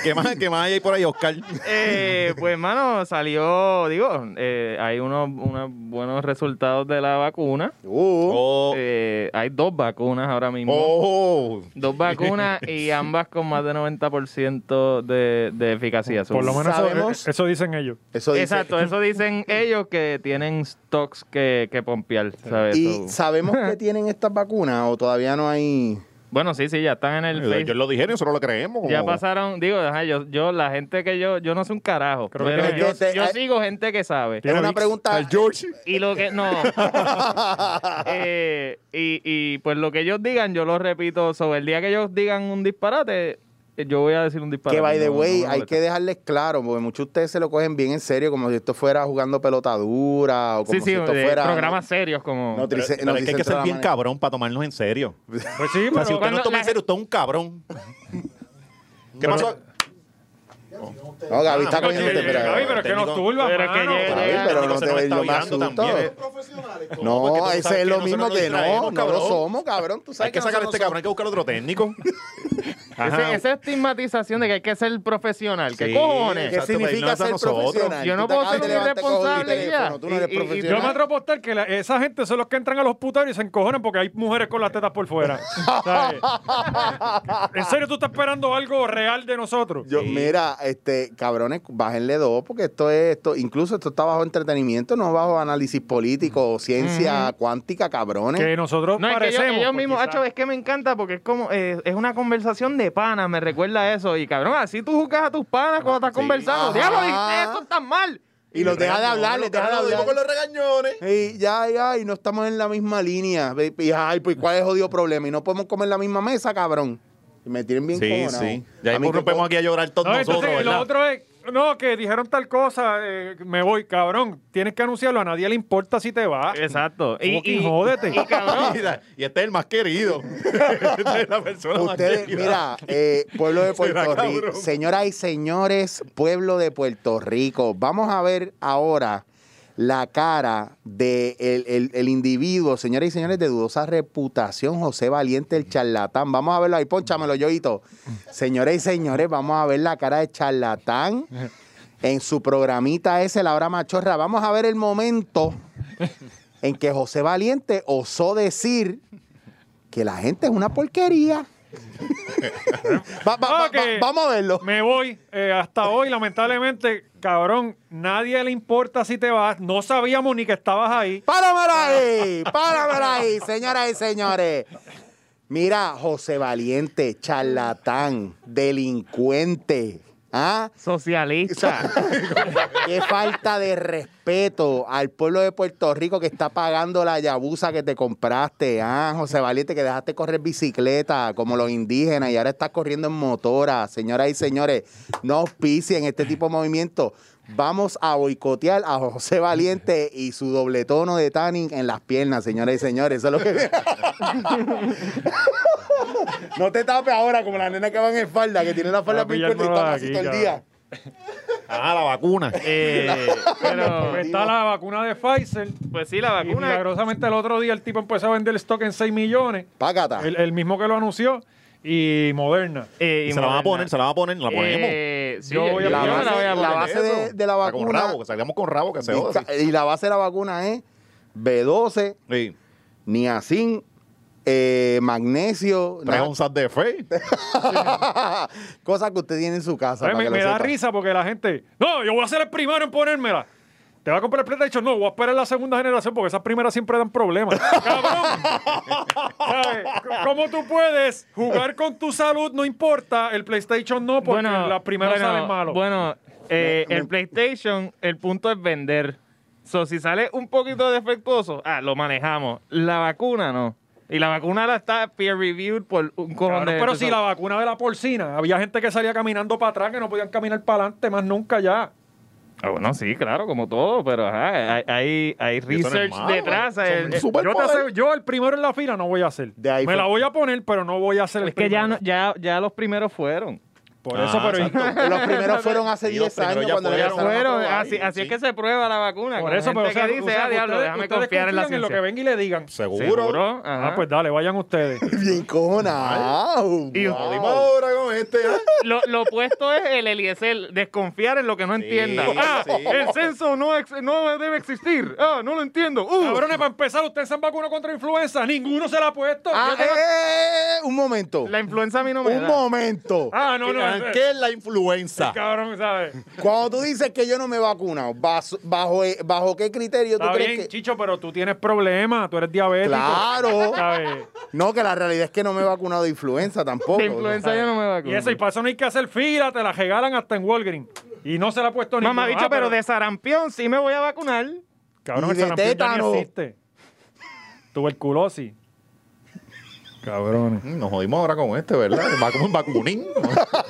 ¿Qué, más, ¿Qué más hay ahí por ahí, Oscar?
Eh, pues, mano, salió, digo, eh, hay unos, unos buenos resultados de la vacuna.
Uh,
Oh.
Eh, hay dos vacunas ahora mismo.
Oh.
Dos vacunas y ambas con más de 90% de, de eficacia.
Por lo menos
Sabemos-
eso, eso dicen ellos.
eso dice.
Exacto, eso dicen ellos que tienen stocks que, que pompear, ¿sabes?
¿Y
So-
sabemos que tienen estas vacunas o todavía no hay?
Bueno, sí, sí, ya están en el Face.
Ellos lo dijeron, y nosotros lo creemos.
Oh.
Ya
como-
pasaron, digo, ajá, yo, yo, la gente que yo, yo no sé un carajo,
Creo
pero
que-
yo,
Te-
yo
hay-
sigo gente que sabe.
Es
Tiene
una
Vicks.
pregunta.
Al George.
Y lo que, no, Eh, y, y, pues lo que ellos digan, yo lo repito, sobre el día que ellos digan un disparate, eh, yo voy a decir un disparate.
Que by the
no- no
way,
me
hay
molesta.
que dejarles claro, porque muchos de ustedes se lo cogen bien en serio, como si esto fuera jugando pelotadura o como
Sí, sí,
si esto
de
fuera.
programas serios como...
No,
Pero,
trice-
pero es
no,
que hay que
tricentro
ser
la
bien
mano.
cabrón para tomarnos en serio.
Pues sí,
O sea, si
pero...
usted no
cuando
toma
la
en serio, usted es un cabrón. ¿Qué pasó?
No, Gaby
Ah,
está
pero
Oye,
es que-
cogiéndote, pero.
Gaby, pero es que nos
técnico-
turba,
Pero es que
mano.
llega-
Gaby, pero no
se
te
nos está
ves yo más
olvidando
asusto.
también. porque tú
No, eso
sabes
es
que
lo
nosotros
mismo
nos
que no,
distraemos,
no lo
cabrón.
somos, cabrón. Tú sabes
Hay que sacar a este
nosotros
cabrón, hay que buscar otro técnico.
Ese- esa estigmatización de que hay que ser profesional, que
Sí,
cojones?
¿Qué
Exacto,
significa
pedirnos a
ser
nosotros.
profesional?
Yo no
Tú te
puedo
acabas
ser
de
un
levantar, coges el
irresponsable ya.
teléfono, Tú no eres
Y- y- y-
Yo me
profesional.
atrevo a apostar que la- esa gente son los que entran a los puteros y se encojonan porque hay mujeres con las tetas por fuera. ¿sabes? ¿En serio tú estás esperando algo real de nosotros?
Yo, mira, este, cabrones, bájenle dos, porque esto es esto, incluso esto está bajo entretenimiento, no bajo análisis político o ciencia cuántica, cabrones.
Que nosotros
No, es que ellos,
parecemos.
ellos
pues,
mismos,
quizás.
hacho, es que me encanta porque es como, eh, es una conversación de panas, me recuerda a eso. Y cabrón, así tú juzgas a tus panas cuando estás conversando.
Ajá.
Diablo, dijiste eso está mal.
Y los deja de hablar, les deja de hablar.
los regañones.
Y ya, ya, y no estamos en la misma línea. ve- Y ay, pues cuál es el jodido problema. Y no podemos comer en la misma mesa, cabrón. Y me tienen bien
Sí,
cojonado.
sí. Ya
A mí
nos
que-
rompemos aquí a llorar todos
No,
nosotros,
entonces, lo
¿verdad?
otro es, no, que dijeron tal cosa, eh, me voy, cabrón. Tienes que anunciarlo, a nadie le importa si te va.
Exacto.
Como que jódete.
y cabrón,
Mira, y este es el más querido. Esta es la persona más
Ustedes,
querida.
mira, eh, pueblo de Puerto
Será
Rico,
cabrón.
señoras y señores, pueblo de Puerto Rico, vamos a ver ahora la cara del de el- el- el individuo, señoras y señores, de dudosa reputación, José Valiente, el charlatán. Vamos a verlo ahí, ponchamelo, Yoito. Señoras y señores, vamos a ver la cara de charlatán en su programita ese, La Hora Machorra. Vamos a ver el momento en que José Valiente osó decir que la gente es una porquería. Va- va- va-
Ah, que-
va- vamos a verlo.
Me voy. eh, hasta hoy, lamentablemente, cabrón, nadie le importa si te vas. No sabíamos ni que estabas ahí.
¡Páramelo ahí! ¡Páramelo ahí, señoras y señores! Mira, José Valiente, charlatán, delincuente. ¿Ah?
socialista.
Qué falta de respeto al pueblo de Puerto Rico que está pagando la yabusa que te compraste. Ah, José Valiente, que dejaste correr bicicleta como los indígenas y ahora estás corriendo en motora. Señoras y señores, no auspicien este tipo de movimiento. Vamos a boicotear a José Valiente y su doble tono de tanning en las piernas, señoras y señores. Eso es lo que. no te tapes ahora como la nena que va en espalda, que tiene la espalda
Papi,
bien
ya no
cortita
va
casi
aquí,
todo el
cabrón.
día.
Ah, la vacuna.
Eh, pero,
Está la vacuna de Pfizer.
pues sí, la
Y
vacuna.
milagrosamente el otro día el tipo empezó a vender stock en 6 millones.
Págata.
El, el mismo que lo anunció. Y Moderna.
eh,
Ah. Y se la van a
Moderna.
poner, se la van a poner, no la ponemos.
Eh, sí,
Yo
yo,
voy a
yo
la
poner.
me la voy
base,
a
la
poner.
base de, de la
Está Con
vacuna.
rabo, que salgamos con rabo, que se joda.
dista- Y la base de la vacuna es B12,
Sí.
niacin, eh, magnesio,
Traiga
nada-
un sat de fe.
cosas que usted tiene en su casa.
Ay,
para
me
que lo
me da
sepa.
risa porque la gente. No, yo voy a ser el primero en ponérmela. Te va a comprar el PlayStation. No, voy a esperar la segunda generación porque esas primeras siempre dan problemas. ¡Cabrón! ¿Sabes? C- ¿Cómo tú puedes jugar con tu salud? No importa. El PlayStation no, porque las primeras
bueno,
salen malo.
Bueno, eh,
Me- me-
el PlayStation, el punto es vender. So, si sale un poquito defectuoso, ah, lo manejamos. La vacuna no. Y la vacuna la está peer reviewed por un cojón
Cabrón,
de
pero
gente.
si la vacuna de la porcina, había gente que salía caminando para atrás que no podían caminar para adelante más nunca ya.
Ah, bueno, sí, claro, como todo, pero ajá, hay, hay, hay
eso no es
research
malo,
detrás.
son
el-
su-
Yo, te
Superpoder.
aseguro- yo el primero en la fila no voy a hacer.
De ahí
me
fue-
la voy a poner, pero no voy a hacer el
es que ya,
primero.
no- ya, ya los primeros fueron.
Por
Ah,
eso, pero
exacto.
Los primeros fueron hace
Sí, los
10
primeros
años
ya
cuando le
Ya
fueron.
empezaron a
fueron,
probar.
así, así
sí.
es que se prueba la
por
vacuna. Ah, con
eso, pero
gente
o sea,
que dice,
o sea,
ah, diablo,
ustedes-
déjame
ustedes
confiar en la
confían
ciencia.
lo que venga y le digan.
Seguro.
Seguro. ajá.
Ah, pues dale, vayan ustedes.
Bien cojonado.
Y-
Jodimos
Wow.
ahora con este. ¿eh?
lo, lo opuesto es el Eliezer, desconfiar en lo que no entienda. ah,
sí.
el censo no, ex- no debe existir. Ah, no lo entiendo. Uh.
Cabrones, para empezar, ustedes se han vacunado contra influenza. Ninguno se la ha puesto.
Ah,
Yo tengo-
eh, un momento.
la influenza a mí no me
Un
da.
momento.
Ah, no, no. ese-
¿Qué es la influenza?
Cabrón, ¿sabes?
Cuando tú dices que yo no me he vacunado, ¿bajo, bajo, eh, bajo qué criterio tú
Está
crees
bien,
que.?
Chicho, pero tú tienes problemas. Tú eres diabético.
Claro.
¿Sabes?
No, que la realidad es que no me he vacunado de influenza tampoco.
De influenza Ah, yo no me
Y
vacuno.
eso, y para eso no hay que hacer fila. Te la regalan hasta en Walgreens. Y no se la ha puesto ninguno.
Mamá, bicho,
Ah,
pero de sarampión sí me voy a vacunar.
Cabrón,
Y
el
de
sarampión ya ni
tétano.
existe. Tuberculosis. Ah, Cabrones.
Mm, Nos jodimos ahora con este, ¿verdad? Va como un vacunín.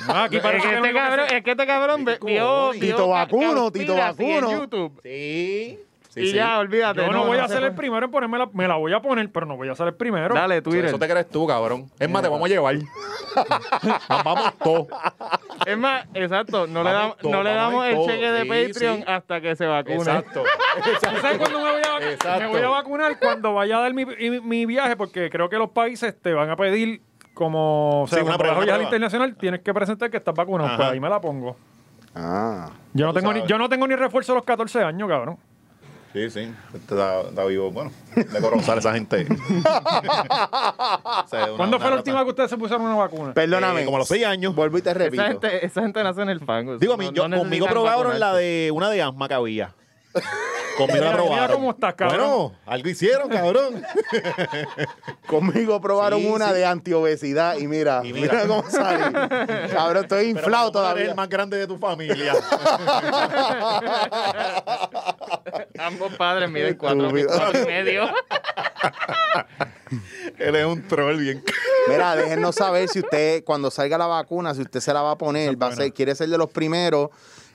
Ah, aquí
Es que,
parece que lo
este
único que
cabrón,
se-
es que este cabrón ve- vio,
cojones?
vio
Tito
ca-
Vacuno,
Caspira,
Tito
así en
Vacuno.
YouTube.
Sí. sí
y
sí.
ya, olvídate.
Yo no, voy a
se
ser el
puede.
primero en ponerme la... Me la voy a poner, pero no voy a ser el primero.
Dale,
Eso,
Twitter.
eso te crees tú, cabrón. Es más, te vamos a llevar. Nos vamos todos.
Es más, exacto, no le,
Vamos
damos-
todo,
no le
vamos
damos
en
el
todo.
cheque de
Sí,
Patreon
sí.
hasta que se vacune.
Exacto.
¿Tú sabes cuándo me voy a vacunar?
Exacto.
Me voy a vacunar cuando vaya a dar mi, mi- mi viaje, porque creo que los países te van a pedir como... O sea,
Sí,
cuando
una
vas a
prueba,
viajar
una prueba.
internacional tienes que presentar que estás vacunado.
Ajá.
Pues ahí me la pongo.
Ah.
Yo no,
Tú
tengo ni,
sabes.
yo no tengo ni refuerzo a los 14 años, cabrón.
Sí, sí. Este da, da vivo. Bueno, de coronzar esa gente.
¿Cuándo fue Eh, la última vez que ustedes se pusieron una vacuna?
Perdóname.
Eh, como a los seis años.
Vuelvo y te repito.
Esa gente, esa gente nace en el fango.
Digo, a mí,
No-
yo,
no
conmigo
necesitan
probaron
vacunarse.
la de una de asma que había. Conmigo
Mira,
la
mira
probaron.
cómo estás, cabrón.
Bueno, algo hicieron, cabrón.
Conmigo probaron
Sí,
una
sí.
de antiobesidad y mira,
Y
mira.
mira.
cómo salí. Cabrón, estoy inflado
Pero como eres
todavía.
el más grande de tu familia.
Ambos padres miden cuatro,
Estúpido.
cuatro y medio.
Él es un troll bien.
Mira, déjenos saber si usted, cuando salga la vacuna, si usted se la va a poner, va a ser, quiere ser de los primeros,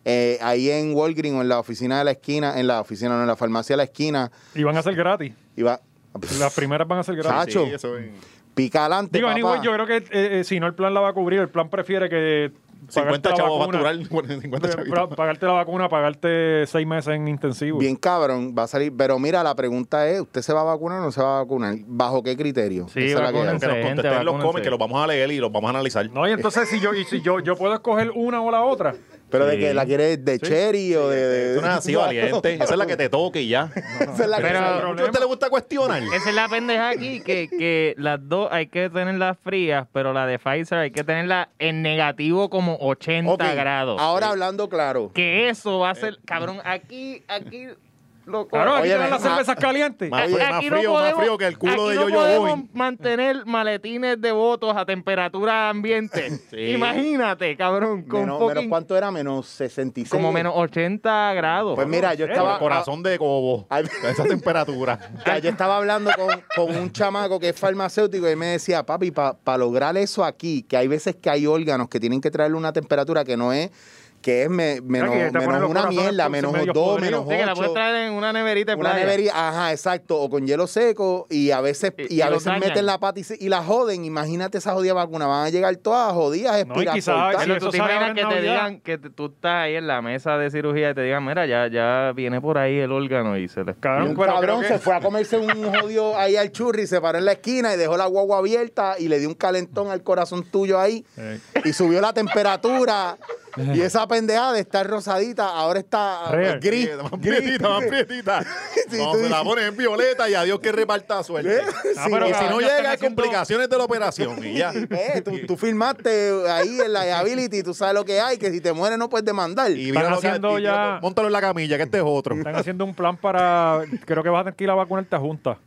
eh, ahí en Walgreens o en la oficina de la esquina, en la oficina, no, en la farmacia de la esquina,
Y van a ser gratis.
y va,
Las primeras van a ser gratis.
Chacho.
Sí, eso es.
pica adelante,
Digo,
papá.
anyway, yo creo que eh, eh, si no el plan la va a cubrir, el plan prefiere que... pagarte
50
la
chavos va a
vacuna.
durar. 50
Eh,
chavitos.
pra- Pagarte la vacuna, pagarte seis meses en intensivo.
Bien cabrón, va a salir. Pero mira, la pregunta es, ¿usted se va a vacunar o no se va a vacunar? ¿Bajo qué criterio?
Sí,
Esa es la que hay.
vacúnense.
Que nos
Gente,
contesten los
vacúnense.
cómics, que los vamos a leer y los vamos a analizar.
No, y entonces si yo, y si yo, yo puedo escoger una o la otra.
Pero de
Sí.
que la quieres de cherry o de... de-
Tú no eres así valiente. Esa es la que te toque y ya.
Esa es la que-
Pero-
¿A usted le gusta cuestionar?
Esa es la pendeja aquí, que, que las dos hay que tenerlas frías, pero la de Pfizer hay que tenerla en negativo como 80
Ok,
grados.
Ah.
Ahora hablando claro.
Que eso
Eh.
va a ser, cabrón, aquí, aquí... Loco,
Claro, aquí
Oye,
te dan
ven,
las
ma-
cervezas calientes.
ma- Oye, más frío, más frío que el culo
aquí
de
no
Yo-Yo
podemos
Boy.
mantener maletines de votos a temperatura ambiente.
Sí.
Imagínate, cabrón, con
Menos,
fucking-
menos cuánto era, menos 66.
como menos 80 grados.
Pues mira, yo
Eh,
estaba...
el corazón de cobo. A
Ay.
esa temperatura.
Ya, yo estaba hablando con, con un chamaco que es farmacéutico y él me decía, papi, para lograr eso aquí, que hay veces que hay órganos que tienen que traerle una temperatura que no es que es me- menos,
que te ponen
menos
los
una
corazones
mierda,
por-
menos
medios
dos, menos
podridos.
Sí, que la puedes
ocho.
traer en una neverita de
Una
playa.
nevería, ajá, exacto, o con hielo seco y a veces y,
Y- y
a
lo
veces
dañan.
meten la pata y, se- y la joden. Imagínate esa jodida vacuna, van a llegar todas jodidas,
No, y
espiraportadas.
quizás-
Pero
Sí,
tú
eso
te
sale
imaginas
ahora en
que te
Navidad.
digan que te- tú estás ahí en la mesa de cirugía y te digan, mira, ya, ya viene por ahí el órgano y se le
Y
Cabrón,
un
pero
cabrón
creo
se
que-
fue a comerse un jodido ahí al churri, se paró en la esquina y dejó la guagua abierta y le dio un calentón al corazón tuyo ahí
Eh.
y subió la temperatura. Y esa pendejada de estar rosadita ahora está ah, pues,
Real.
gris.
Más
gris.
prietita, más prietita.
Sí,
No,
tú
se la
dices-
ponen en violeta y adiós que reparta
¿Eh?
suerte.
Ah, pero
Y si
cabrón,
no
ya
llega,
están
hay
haciendo-
complicaciones de la operación y ya.
Eh, tú, tú firmaste ahí en la liability, tú sabes lo que hay, que si te mueres no puedes demandar.
Y
Están
mira lo que-
haciendo
y
ya-
yo- Móntalo en la camilla, que este es otro.
Están haciendo un plan para. Creo que vas a tener que ir a vacunarte a junta.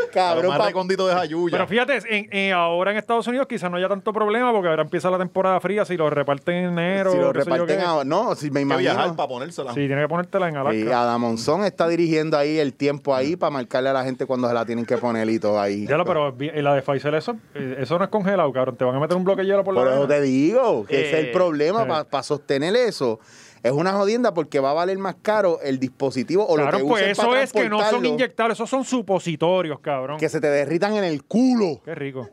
Cabrón,
cabrón,
más
pa-
recóndito de Jayuya.
Pero fíjate, en, en- ahora en Estados Unidos quizás no haya tanto problema porque ahora empieza la temporada fría. Si lo reparten en enero.
si lo
qué sé yo
reparten
qué.
ahora. No, si me
Hay que viajar
imagino.
para ponérsela.
Sí, tiene que ponértela en Alaska. Mm.
Y Adam Monzón está dirigiendo ahí el tiempo ahí para marcarle a la gente cuando se la tienen que poner y todo ahí.
Ya lo, pero vi- la de Pfizer, eso, eh, eso no es congelado, cabrón. Te van a meter un bloque de hielo por la
Por eso
vena.
te digo que ese es el
Eh,
problema
eh.
para sostener eso. Es una jodienda porque va a valer más caro el dispositivo o lo
Claro,
que
pues
usen
eso
para
es que no son
transportarlo,
inyectables, esos son supositorios, cabrón.
que se te derritan en el culo.
Qué rico.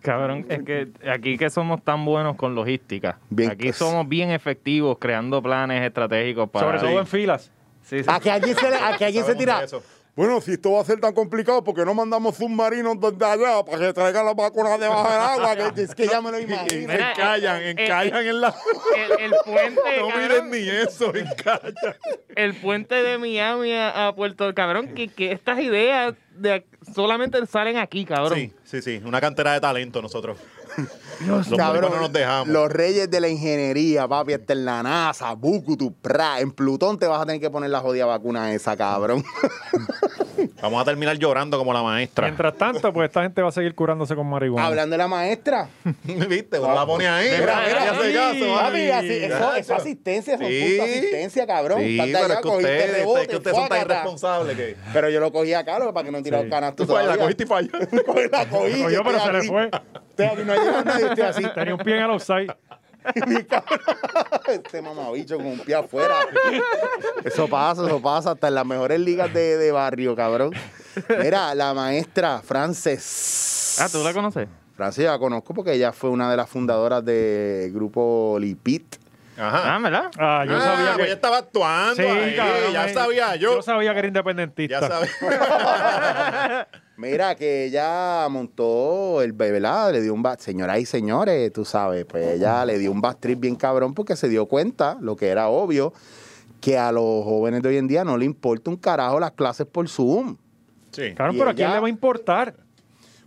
Cabrón, es que aquí que somos tan buenos con logística.
Bien.
Aquí somos bien efectivos creando planes estratégicos para...
Sobre todo en filas.
Sí, sí.
Ah,
A que allí se, le- a que allí se
Sabemos
tira.
de eso.
Bueno, si esto va a ser tan complicado, porque no mandamos submarinos desde allá para que traigan las vacunas debajo del agua? Que, es que ya me lo imagino.
Mira,
encallan,
eh, eh,
encallan en la.
El, el puente,
No
cabrón,
miren ni eso, encallan.
el puente de Miami a, a Puerto... Cabrón, que, que estas ideas de, solamente salen aquí, cabrón.
Sí, sí, sí. Una cantera de talento nosotros. los
Cabrón,
boricuas no nos dejamos.
Los reyes de la ingeniería, papi, está en la NASA, Bucutu, Pra. En Plutón te vas a tener que poner la jodida vacuna esa, cabrón.
Vamos a terminar llorando como la maestra.
Mientras tanto, pues esta gente va a seguir curándose con marihuana.
Hablando de la maestra.
¿Viste? Uno la pone ahí.
Mira, mira,
ella hace caso,
sí.
mami.
Papi, así, eso, eso es asistencia, son
Sí.
puntos de asistencia, cabrón.
Sí,
Estás de
pero
allá,
es que
cogiste
ustedes,
rebote,
es que ustedes son tan
fuácata.
irresponsables que.
Pero yo lo cogí acá, lo que para que no tirara
Sí.
canasto
Tú fallas, la
todavía.
cogiste y fallas.
Cogí, la cogí,
Oye,
yo
pero
estoy
se le
así.
fue.
Estoy aquí, no llega nadie, estoy así.
Tenía un pie en el outside.
Este mamabicho con un pie afuera. Eso pasa, eso pasa. Hasta en las mejores ligas de, de barrio, cabrón. Mira, la maestra Frances.
Ah, ¿tú la conoces?
Frances yo la conozco porque ella fue una de las fundadoras del grupo Lipit.
Ajá.
Ah, ¿verdad?
Ah, yo
Ah,
sabía
pues
que.
ya estaba actuando. ahí,
cabrón,
ya
eh,
sabía yo.
Yo sabía que era independentista.
ya sabía.
Mira, que ella montó el bebé, ¿verdad? Le dio un bat. Señoras y señores, tú sabes, pues ella le dio un bat trip bien cabrón porque se dio cuenta, lo que era obvio, que a los jóvenes de hoy en día no le importa un carajo las clases por Zoom.
Sí.
Cabrón,
Y
pero ¿a quién
ella-
le va a importar?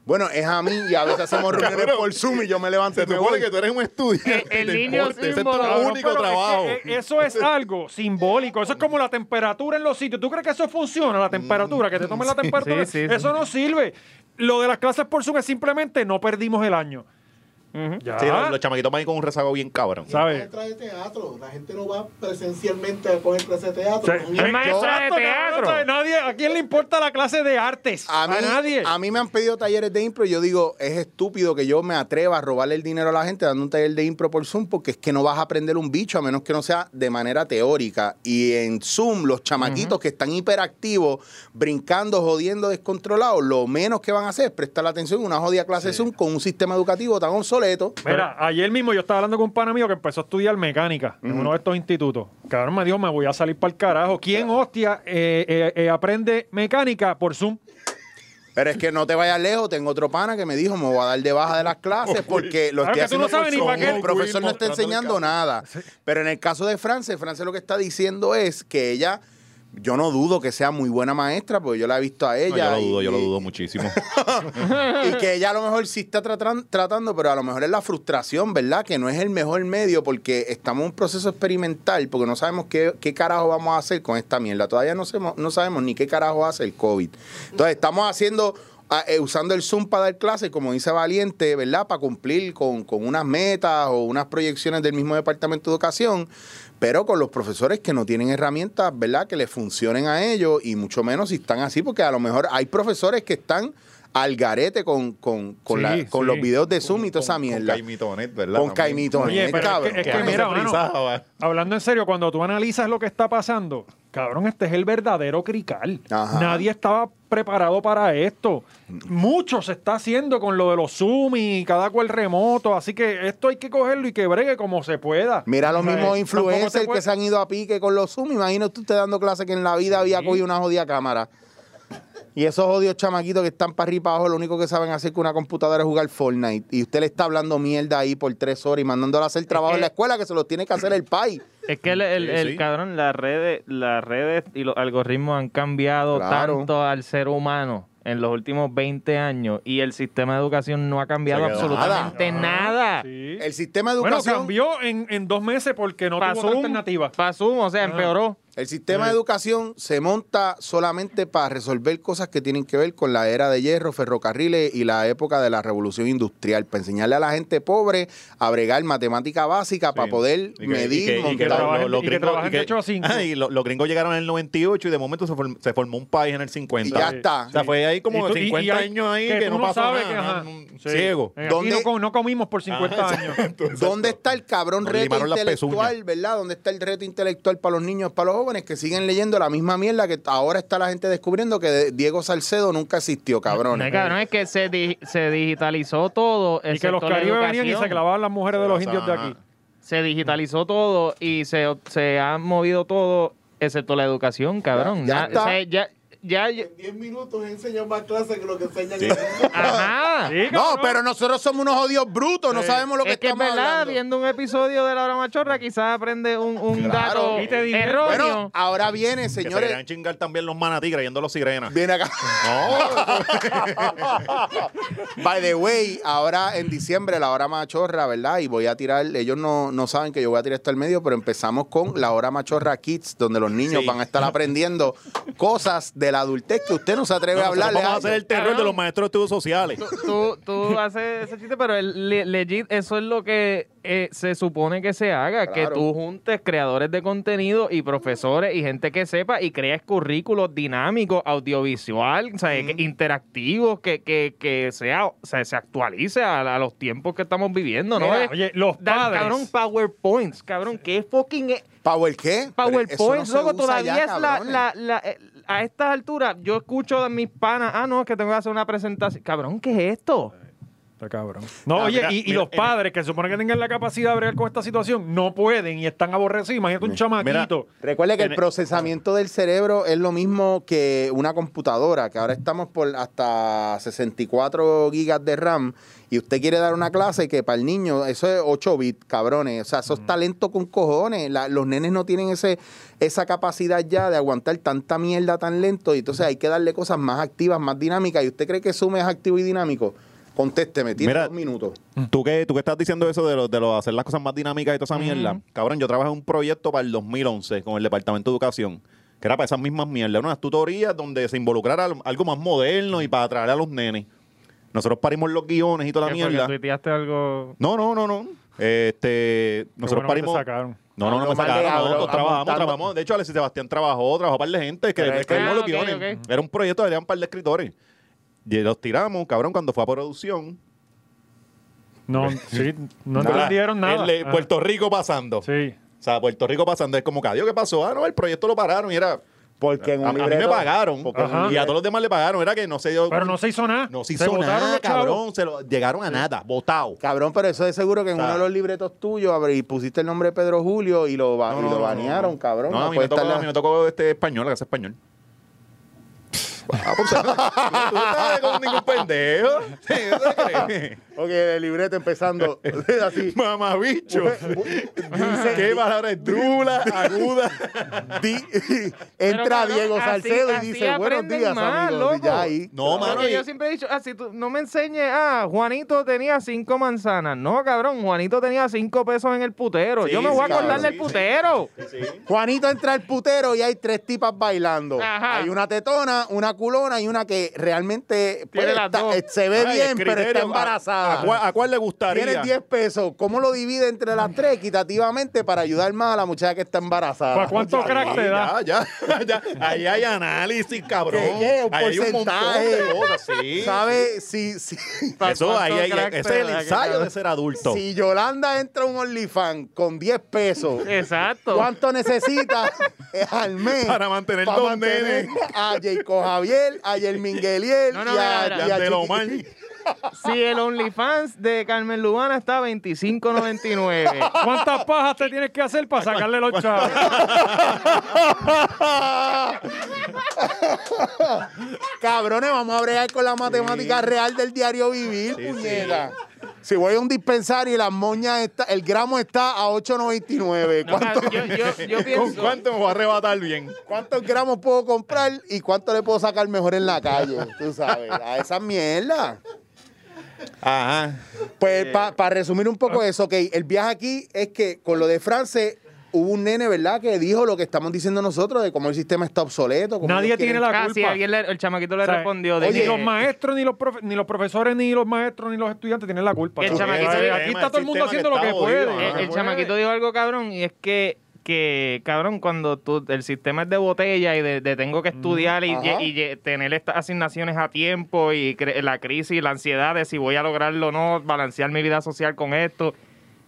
Bueno, es a mí y a veces hacemos reuniones
Cabrón.
por Zoom y yo me levanto
Se
y me
supone
voy.
que tú eres un estudiante.
El- el
de
niño
deporte, Ese es tu
símbolo.
Cabrón,
único
pero es que,
trabajo.
eh, eso es algo simbólico. Eso es como la temperatura en los sitios. ¿Tú crees que eso funciona? La temperatura, que te tomen la temperatura.
sí, sí.
eso no sirve. Lo de las clases por Zoom es simplemente no perdimos el año. Ya.
Sí, los, los chamaquitos van ahí con un rezago bien cabrón.
¿Sabes?
maestra de teatro. La gente no va presencialmente a coger clases de
O sea,
teatro.
eh,
Son
Es maestra de
exacto, cabrón,
teatro.
¿sabes? Nadie, ¿A quién le importa la clase de artes?
A mí,
nadie.
a mí me han pedido talleres de impro y yo digo, es estúpido que yo me atreva a robarle el dinero a la gente dando un taller de impro por Zoom porque es que no vas a aprender un bicho a menos que no sea de manera teórica. Y en Zoom, los chamaquitos que están hiperactivos, brincando, jodiendo, descontrolados, lo menos que van a hacer es prestar la atención a una jodida clase Zoom con un sistema educativo tan obsoleto.
Mira, ayer mismo yo estaba hablando con un pana mío que empezó a estudiar mecánica en uno de estos institutos. Cabrón me dijo, me voy a salir para el carajo. ¿Quién hostia eh, eh, eh, aprende mecánica por Zoom?
Pero es que no te vayas lejos, tengo otro pana que me dijo, me voy a dar de baja de las clases porque lo
Claro
estoy
que tú no
haciendo por
sabes ni
Zoom.
pa' qué.
El profesor no
Mostrando
está
el
enseñando nada. Pero en el caso de France, France lo que está diciendo es que ella, yo no dudo que sea muy buena maestra, porque yo la he visto a
No,
ella.
yo lo dudo,
y,
yo lo dudo muchísimo.
Y que ella a lo mejor sí está tratran- tratando, pero a lo mejor es la frustración, ¿verdad? Que no es el mejor medio porque estamos en un proceso experimental, porque no sabemos qué, qué carajo vamos a hacer con esta mierda. Todavía no, semo- no sabemos ni qué carajo hace el COVID. Entonces, estamos haciendo. ah, eh, usando el Zoom para dar clases, como dice Valiente, ¿verdad? Para cumplir con, con unas metas o unas proyecciones del mismo Departamento de Educación, pero con los profesores que no tienen herramientas, ¿verdad? Que les funcionen a ellos y mucho menos si están así, porque a lo mejor hay profesores que están al garete con, con, con,
Sí,
la- con
sí.
los videos de Zoom y toda esa
Con
mierda.
Caimitonet, ¿verdad?
Con Caimitonet, Pues
Oye, pero es
cabrón.
que- es que
Cabrón.
mira,
se
mano,
frizaba.
Hablando en serio, cuando tú analizas lo que está pasando, cabrón, este es el verdadero crical.
Ajá.
Nadie estaba preparado para esto. Mucho se está haciendo con lo de los Zoom y cada cual remoto, así que esto hay que cogerlo y que bregue como se pueda.
Mira los
O sea, tampoco
mismos
te
influencers que
puedes-
se han ido a pique con los Zoom. Imagino tú usted dando clase que en la vida había cogido una jodida cámara. Y esos odios chamaquitos que están para arriba y para abajo, lo único que saben hacer con una computadora es jugar Fortnite. Y usted le está hablando mierda ahí por tres horas y mandándola a hacer trabajo
que-
en la escuela que se los tiene que hacer el país.
Es que el, el-
Sí,
el
sí.
cabrón, las redes, las redes y los algoritmos han cambiado
Claro.
tanto al ser humano en los últimos 20 años y el sistema de educación no ha cambiado
Se quedó
absolutamente nada.
Sí.
El sistema de
Bueno,
educación,
cambió en, en dos meses porque no tuvo otra
Pasum,
alternativa.
Pasum, o sea, empeoró.
el sistema de
Eh.
educación se monta solamente para resolver cosas que tienen que ver con la era de hierro, ferrocarriles y la época de la revolución industrial, para enseñarle a la gente pobre a bregar matemática básica para
Sí.
poder
Y que-
medir,
y que- y que
montar.
trabajen-
los- los
y que
gringos-
trabajen
y que-
de ocho a cinco.
Ah, y lo- los gringos llegaron en el 98 y de momento se, form- se formó un país en el 50.
Y ya está.
O sea, fue ahí como
Y tú- y- y
50
hay-
años ahí que,
tú
no pasó
sabes que,
nada.
ajá,
¿no?
sí.
Ciego.
Eh, aquí
¿Dónde-
no, co- no comimos por 50 años.
¿Dónde está el cabrón
Nos
reto
limaron las
intelectual,
pezuñas.
verdad? ¿Dónde está el reto intelectual para los niños, para los jóvenes que siguen leyendo la misma mierda que ahora está la gente descubriendo que de- Diego Salcedo nunca existió, cabrón?
No, cabrón, es que se, di- se digitalizó todo.
y que los
excepto la
caribes venían y se
educación.
clavaban las mujeres de los
Ajá.
indios de aquí.
Se digitalizó todo y se, se ha movido todo, excepto la educación, cabrón.
ya
Na-
está.
o sea, ya- ya- ya-
En 10 minutos enseñan más clases que lo que enseñan
Sí.
en el-
ajá.
Sí,
No,
cabrón.
pero nosotros somos unos odios brutos, no sabemos lo que
es que es
estamos
verdad,
hablando.
viendo un episodio de La Hora Machorra, quizás aprende un, un
Claro.
dato
Y te diviertes.
erróneo.
Bueno, ahora viene,
Que se querían
señores.
chingar también los manatí creyendo los sirenas.
Viene acá.
No,
By the way, ahora en diciembre la hora machorra, ¿verdad? Y voy a tirar, ellos no, no saben que yo voy a tirar esto al medio, pero empezamos con la hora machorra Kids, donde los niños
Sí.
van a estar aprendiendo cosas de la adultez que usted no se atreve a
nosotros
hablarle.
vamos a
a
hacer el
ellos.
terror de los maestros de estudios sociales.
tú, tú haces ese chiste, pero el, le- legit, eso es lo que eh, se supone que se haga,
Claro.
que tú juntes creadores de contenido y profesores y gente que sepa y crees currículos dinámicos, audiovisual, o sea, que- interactivos, que, que, que sea, o sea, se actualice a, a los tiempos que estamos viviendo, ¿no?
Mira,
Es-
oye, los
dar,
padres.
Cabrón, PowerPoints, cabrón, que fucking... e- es-
¿Power qué? Pero
PowerPoint,
eso no se
loco,
usa
todavía
ya,
es la,
cabrones.
la- la- eh, A estas alturas, yo escucho de mis panas, ah, no, es que tengo que hacer una presentación. Cabrón, ¿qué es esto?
Está cabrón. No,
Ah,
oye,
mira,
y, y
mira,
los
en-
padres que se supone que tengan la capacidad de bregar con esta situación, no pueden y están aborrecidos. Imagínate un chamaquito.
Recuerde que el
En-
procesamiento del cerebro es lo mismo que una computadora, que ahora estamos por hasta 64 gigas de RAM y usted quiere dar una clase que para el niño, eso es 8 bits, cabrones. O sea, eso es talento con cojones. La- los nenes no tienen ese esa capacidad ya de aguantar tanta mierda tan lento y entonces hay que darle cosas más activas, más dinámicas. ¿Y usted cree que Zoom es activo y dinámico? Contésteme, tiene
Mira,
dos minutos.
Mm.
¿Tú que, tú que estás diciendo eso de, lo, de lo- hacer las cosas más dinámicas y toda esa mierda. Cabrón, yo trabajé en un proyecto para el 2011 con el Departamento de Educación, que era para esas mismas mierdas. Unas tutorías donde se involucrara al- algo más moderno y para atraer a los nenes. Nosotros parimos los guiones y toda la mierda.
tuiteaste algo.
No, no, no, no. Este,
bueno que
nosotros
te
parimos.
sacaron.
No, no, no, me
Habló mal de
sacaron.
Gabriel,
nosotros trabajamos,
apuntando.
trabajamos. De hecho, Alexis Sebastián trabajó, trabajó para par de gente que
Pero es
escribimos
que-
los
Ah,
guiones.
ok, ok.
Era un proyecto, era un par de escritores. Y los tiramos, cabrón, cuando fue a producción.
No, sí, no
Nada.
entendieron nada.
El de
Ah,
Puerto Rico pasando.
Sí.
O sea, Puerto Rico pasando. Es como, "Cadio, ¿qué pasó? Ah, no, el proyecto lo pararon y era...
Porque en
A, a
un
mí
libreto-
me pagaron
porque en un
Ajá.
y a todos los demás le pagaron. Era que no se dio...
Pero no se hizo nada.
no se
Se
hizo
botaron
nada,
los chavos.
cabrón. Se lo, llegaron a nada, votado.
Cabrón, pero eso es seguro que en
O sea,
uno de los libretos tuyos abre, y pusiste el nombre de Pedro Julio y lo, ba-
No,
y
no,
lo
no,
banearon,
no.
cabrón.
No, a, mí
puede
me tocó,
estar la-
a mí me tocó este español, la casa español. Ah, pues, tú no estás con ningún pendejo. Sí, ¿tú te crees?
Ok, el libreto empezando así.
Mamabicho.
Dice-
Qué palabras duras, agudas.
di- entra
cabrón,
Diego
así-
Salcedo
así
y dice, buenos
aprenden
días,
más,
amigos. Y
loco.
ya ahí.
No, mano.
Porque
y-
yo siempre he dicho, ah, si tú no me enseñes, ah, Juanito tenía cinco manzanas. No, cabrón, Juanito tenía cinco pesos en el putero.
Sí,
yo me voy a
sí,
acordar
cabrón,
del
sí,
putero.
Juanito entra al putero y hay tres tipas bailando.
Ajá.
Hay una tetona, una culona y una que realmente pues,
Tiene las
está-
dos.
eh, se ve
Ay,
bien,
el
pero está
criterio, ¿A,
embarazada.
a cuál, a cuál le gustaría?
Tienes 10 pesos. ¿Cómo lo divide entre las tres equitativamente para ayudar más a la muchacha que está embarazada?
¿Para cuánto
Ahí,
crack te da?
Ya, ya, ya. Ahí hay análisis, cabrón.
¿Qué, qué? Un
Ahí hay un
porcentaje.
montón de cosas, sí.
¿Sabe? Si, si,
¿Para
Eso,
cuánto
ahí, hay-
crack te
ese es el
da,
ensayo
cabrón?
de ser adulto.
si Yolanda entra a un OnlyFans con 10 pesos,
Exacto.
¿cuánto necesita al mes?
Para mantener
para
dos
mantener
nenes.
A Jacob Javier, a Yermingueliel
No, no,
y a,
mira,
Y
mira.
y a
Andel
Chiqui-
Omar.
Si el OnlyFans de Carmen Lubana está a 25.99.
¿Cuántas pajas te tienes que hacer para sacarle los chavos?
Ah, Cabrones, vamos a bregar con la matemática real del diario vivir, puñeta. Si voy a un dispensario y las moñas está, el gramo está a 8.99.
No,
¿Cuánto-
Ah, yo, yo- yo
¿Con
pienso.
cuánto me voy a arrebatar bien?
¿Cuántos gramos puedo comprar y cuánto le puedo sacar mejor en la calle? Tú sabes, a esa mierda.
Ajá.
Pues para resumir un poco eso, que el viaje aquí es que con lo de France hubo un nene, ¿verdad? Que dijo lo que estamos diciendo nosotros de cómo el sistema está obsoleto. cómo
Nadie
ellos
tiene
quieren-
la
Ah,
culpa.
sí, alguien le- el chamaquito le
O sea,
respondió. De
oye,
ni
que-
los maestros, ni los, profe- ni los profesores, ni los maestros, ni los estudiantes tienen la culpa.
El
¿no?
chamaquito-
Aquí
el
está
sistema
todo el mundo
que
haciendo lo
está
que
jodido,
puede.
el, el
Puede.
chamaquito dijo algo cabrón y es que, que cabrón, cuando tú, el sistema es de botella y de, de tengo que estudiar y,
Ajá.
y- y tener estas asignaciones a tiempo y cre- la crisis, la ansiedad de si voy a lograrlo o no, balancear mi vida social con esto,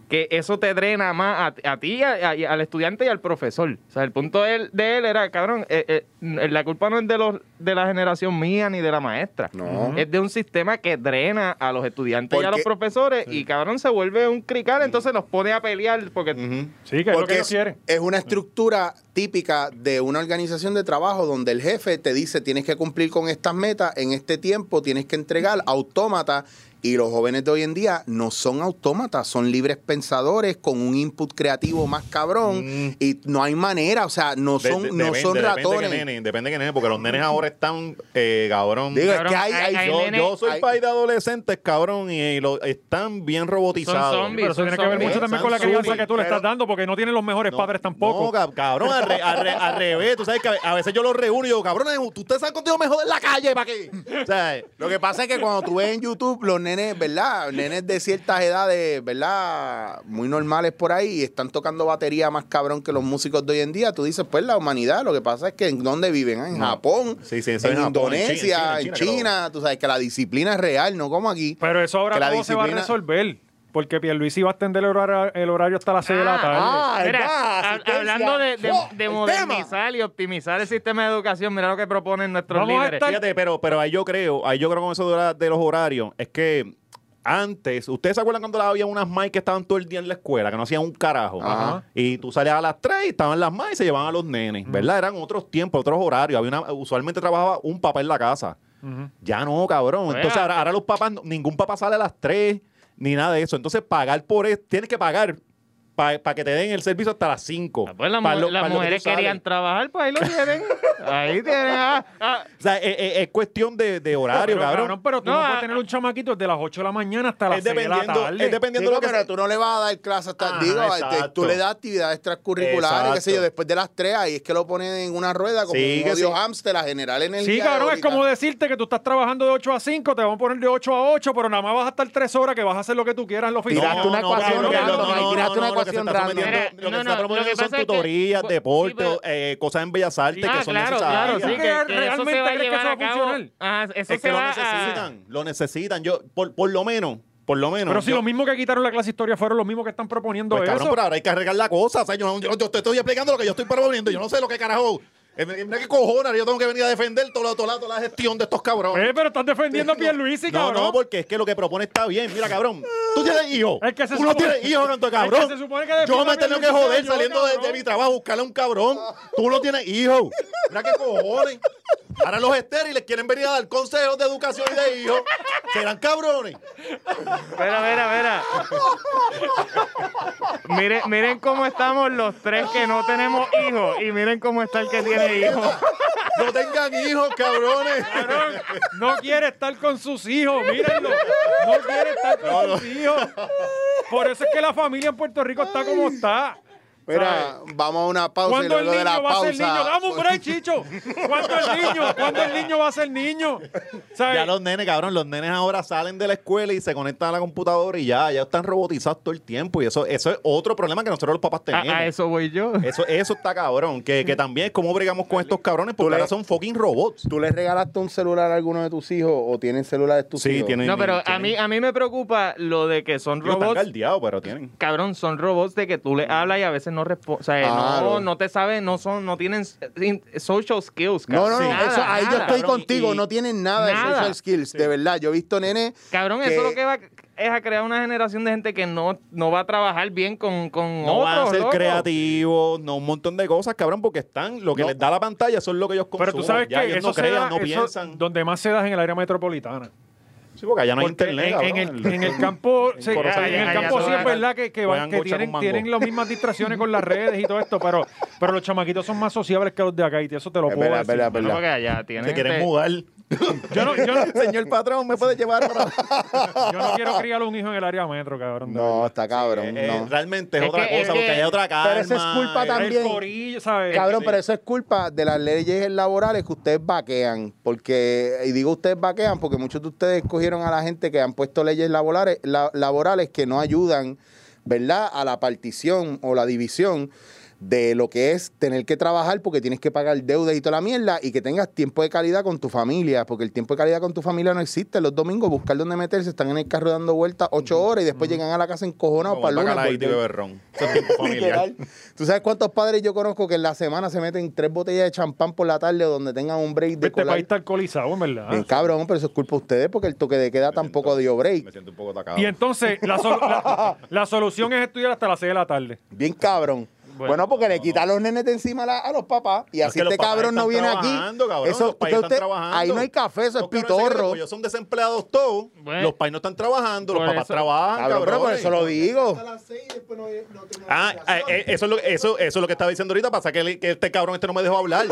que eso te drena más a, a ti, y a- y al estudiante y al profesor. O sea, el punto de él, de él era, cabrón, eh, eh, n- la culpa no es de, los, de la generación mía ni de la maestra.
No.
Es de un sistema que drena a los estudiantes y a
Porque-
los profesores y cabrón se vuelve un crical, entonces los pone a pelear porque
Sí, que es lo
Porque
que ellos quieren.
es una estructura típica de una organización de trabajo donde el jefe te dice tienes que cumplir con estas metas en este tiempo, tienes que entregar autómata y los jóvenes de hoy en día no son autómatas, son libres pensadores con un input creativo más cabrón y no hay manera, o sea, no
Mm. De-
son,
de-
no
depende-
son
Depende
ratones.
que nene, depende que nene, porque los nenes ahora están, eh, cabrón.
Digo, es
Cabrón,
que hay,
hay-
hay-
hay
yo,
nene-
yo soy
hay-
país de adolescentes, cabrón, y, y lo- están bien robotizados.
Son zombies.
Pero eso
son
tiene que ver
zombies.
mucho también
Son
con la crianza
zombies,
que tú le
pero-
estás dando, porque no tienen los mejores
No,
padres
No,
tampoco.
cab- cabrón, al, re- al re- al revés. Tú sabes que a ve- a veces yo los reúno y digo, cabrón, tú te sales contigo mejor en la calle, ¿para qué? O sea,
Lo que pasa es que cuando tú ves en YouTube los nenes, ¿verdad? Nenes de ciertas edades, ¿verdad? Muy normales por ahí, y están tocando batería más cabrón que los músicos de hoy en día. Tú dices, pues la humanidad, lo que pasa es que ¿en dónde viven? ¿Ah? En Japón,
Sí, sí, eso
en
en Japón, en
Indonesia,
China,
en
en China,
China,
creo.
tú sabes que la disciplina es real, no como aquí.
Pero eso ahora
que la
todo se va a
disciplina-
resolver. Porque Pierluisi va a extender el horario, el horario hasta las 6 de la tarde.
ah,
Mira,
¿verdad?
hab-
Asistencia.
hablando de, de-
¡Oh,
de
el
modernizar y optimizar el sistema de educación, mira lo que proponen nuestros
Vamos a
líderes.
estar-
Fíjate, pero, pero ahí yo creo, ahí yo creo con eso de, la- de los horarios, es que antes, ¿ustedes se acuerdan cuando había unas mai que estaban todo el día en la escuela, que no hacían un carajo?
Ajá.
Y tú salías a las 3 y estaban las mai y se llevaban a los nenes, ¿verdad? Eran otros tiempos, otros horarios. Había una, usualmente trabajaba un papá en la casa. Ya no, cabrón.
Oiga.
Entonces ahora, ahora los papás, no- ningún papá sale a las 3 ni nada de eso. Entonces pagar por eso, tienes que pagar para que te den el servicio hasta las 5.
Ah, pues las,
Pa'
mu-
lo-
las
pa' lo que
mujeres
tú sales.
querían trabajar, pues ahí lo tienen. ahí tienen. ah, ah.
O sea, es, es- es cuestión de, de
Pero,
horario, cabrón.
pero tú
No,
no,
ah,
puedes tener un chamaquito desde las 8 de la mañana hasta las
es
6 de la
dependiendo,
tarde.
es dependiendo
Digo,
de lo que
pero
se-
tú no le vas a dar clases hasta,
Ajá,
digo, este,
exacto.
tú le das actividades transcurriculares, qué sé
Exacto.
yo, después de las tres, ahí es que lo ponen en una rueda como
Sí,
un
que
odio
sí.
hámster a generar energía.
Sí, cabrón, es
eólica.
como decirte que tú estás trabajando de 8 a 5, te vamos a poner de 8 a 8, pero nada más vas a estar 3 horas que vas a hacer lo que tú quieras en la
Pues,
oficina.
Tiraste una ecuación
cabrón,
random,
no,
ahí,
no,
tiraste una
no, lo que se está sometiendo-
ecuación random.
Mira,
Lo que
no,
se está
no, lo que
proponiendo son
pasa es que-
tutorías,
Sí,
deportes,
pero-
eh, cosas en bellas artes
Ah,
que son
claro, claro,
necesarias.
sí, que,
¿Tú
que
realmente
eso se va a
crees que
llevar
eso va
a
a
cabo.
funcionar?
Ajá, eso
Es
se
que lo
va a-
necesitan, lo necesitan. Yo, por, por lo menos, por lo menos.
Pero si
yo-
lo mismo que quitaron la clase de historia fueron los mismos que están proponiendo
Pues
eso.
cabrón, pero ahora hay que arreglar la cosa. O sea, yo, yo- yo te estoy explicando lo que yo estoy proponiendo. Yo no sé lo que carajo. eh, Mira qué cojones, yo tengo que venir a defender toda, la- toda la- toda la gestión de estos cabrones.
Eh, pero estás defendiendo a Pierluisi,
No,
cabrón.
no, porque es que lo que propone está bien. Mira, cabrón, tú tienes hijos.
Es que se
tú no
supone-
tienes hijos, canto de
es que
cabrón.
se supone que
yo
defienda
me he
a
tenido que
Pierluisi,
joder
yo,
saliendo de,
cabrón.
de mi trabajo a buscarle a un cabrón. Tú no tienes hijos. Mira qué cojones. Ahora los estériles quieren venir a dar consejos de educación y de hijos. Serán cabrones.
Mira, mira, mira. miren, miren cómo estamos los tres que no tenemos hijos y miren cómo está el que tiene hijos.
No tengan hijos, cabrones.
Cabrón, no quiere estar con sus hijos, mírenlo. No quiere estar con sus hijos. Por eso es que la familia en Puerto Rico está como está.
Mira, vamos a una pausa y
¿Cuándo el
luego de
niño
la
va a ser
pausa.
niño? Dame un break, Chicho. ¿Cuándo el niño? ¿Cuándo el niño va a ser niño? ¿Sabes?
Ya los nenes, cabrón, los nenes ahora salen de la escuela y se conectan a la computadora y ya, ya están robotizados todo el tiempo. Y eso, eso es otro problema que nosotros los papás
Ah,
A,
tenemos.
a eso voy yo.
Eso, eso está cabrón. Que, que también es como bregamos con estos cabrones porque
le-
ahora son fucking robots.
¿Tú le regalaste un celular a alguno de tus hijos o tienen celulares tus hijos?
tienen.
No, pero a
tienen-
mí, a mí me preocupa lo de que son
digo, están
robots.
caldeados, pero tienen.
Cabrón, son robots de que tú le hablas y a veces no responden. O sea,
Claro.
no, no te saben, no son, no tienen eh, in- social skills.
No,
cabrón.
no, no,
Nada,
eso, ahí yo
nada,
estoy
cabrón.
contigo,
Y-
no tienen nada, de
nada.
social skills, de verdad. Yo he visto nene
Cabrón,
que-
eso lo que va es a crear una generación de gente que no, no va a trabajar bien con, con
No van a
otros,
ser
loco.
creativos, no un montón de cosas, cabrón, porque están, lo que
No.
les da la pantalla, son lo que ellos consumen.
Pero tú sabes
ya
que
ellos
eso
no
se
crean,
da-
no
eso-
piensan.
donde más se da es en el área metropolitana.
Sí, porque allá no hay
Porque
internet,
en- en,
cabrón.
el, en el campo, sí,
Corozal,
o sea, en el
allá
campo sí
todo
es
era-
verdad que, que,
juegan
van- que
gocha
tienen,
con mango.
tienen las mismas distracciones con las redes y todo esto, pero, pero los chamaquitos son más sociables que los de acá y eso te lo
Es
puedo
verdad,
decir.
es verdad, es
No, porque allá tienen
Se quieren
este-
mudar.
Yo no, yo, no,
Señor patrón, ¿me puede llevar para...?
yo no quiero criar un hijo en el área metro, cabrón. de
No, está cabrón.
Eh, eh,
no.
Realmente es,
Es
otra
que- es
cosa, porque
que-
hay otra calma.
pero eso es culpa
eh,
verdad.
también.
El corillo, ¿sabes?
Cabrón,
sí.
pero eso es culpa de las leyes laborales que ustedes vaquean. Porque, y digo ustedes vaquean, porque muchos de ustedes escogieron a la gente que han puesto leyes laborales, la- laborales que no ayudan, ¿verdad?, a la partición o la división de lo que es tener que trabajar porque tienes que pagar deudas y toda la mierda y que tengas tiempo de calidad con tu familia, porque el tiempo de calidad con tu familia no existe. Los domingos buscar dónde meterse, están en el carro dando vueltas ocho horas y después llegan a la casa encojonados
Como
para
el
el lunes.
bacalaíto y beber
volver.
ron. Eso es tiempo familiar.
Literal. ¿Tú sabes cuántos padres yo conozco que en la semana se meten tres botellas de champán por la tarde o donde tengan un break de
Este
colar?
país está alcoholizado, en
Ah,
verdad.
Bien, cabrón, pero eso es culpa de ustedes porque el toque de queda tampoco dio
Me
break.
siento un poco atacado.
Y entonces, la, sol- la- la solución es estudiar hasta las 6 de la tarde.
Bien cabrón. Bueno,
Bueno,
porque le quitan los nenes de encima a, la- a los papás y
Es
así
que los
este
papás
cabrón
están
no viene aquí.
trabajando, cabrón,
Eso-
los pais
usted-
están
usted-
trabajando.
Ahí no hay café, eso es
No, que no se cree,
pitorro.
pues Ellos son desempleados todos.
Bueno.
Los pais no están trabajando, los
Por
papás
eso-
trabajan,
Cabrón, pero por
cabrones.
eso lo digo.
A las 6 y después no, no tengo
Ah, ah, eh, eso, es lo, eso, eso es lo que estaba diciendo ahorita. Pasa que, le- que este cabrón este no me dejó hablar.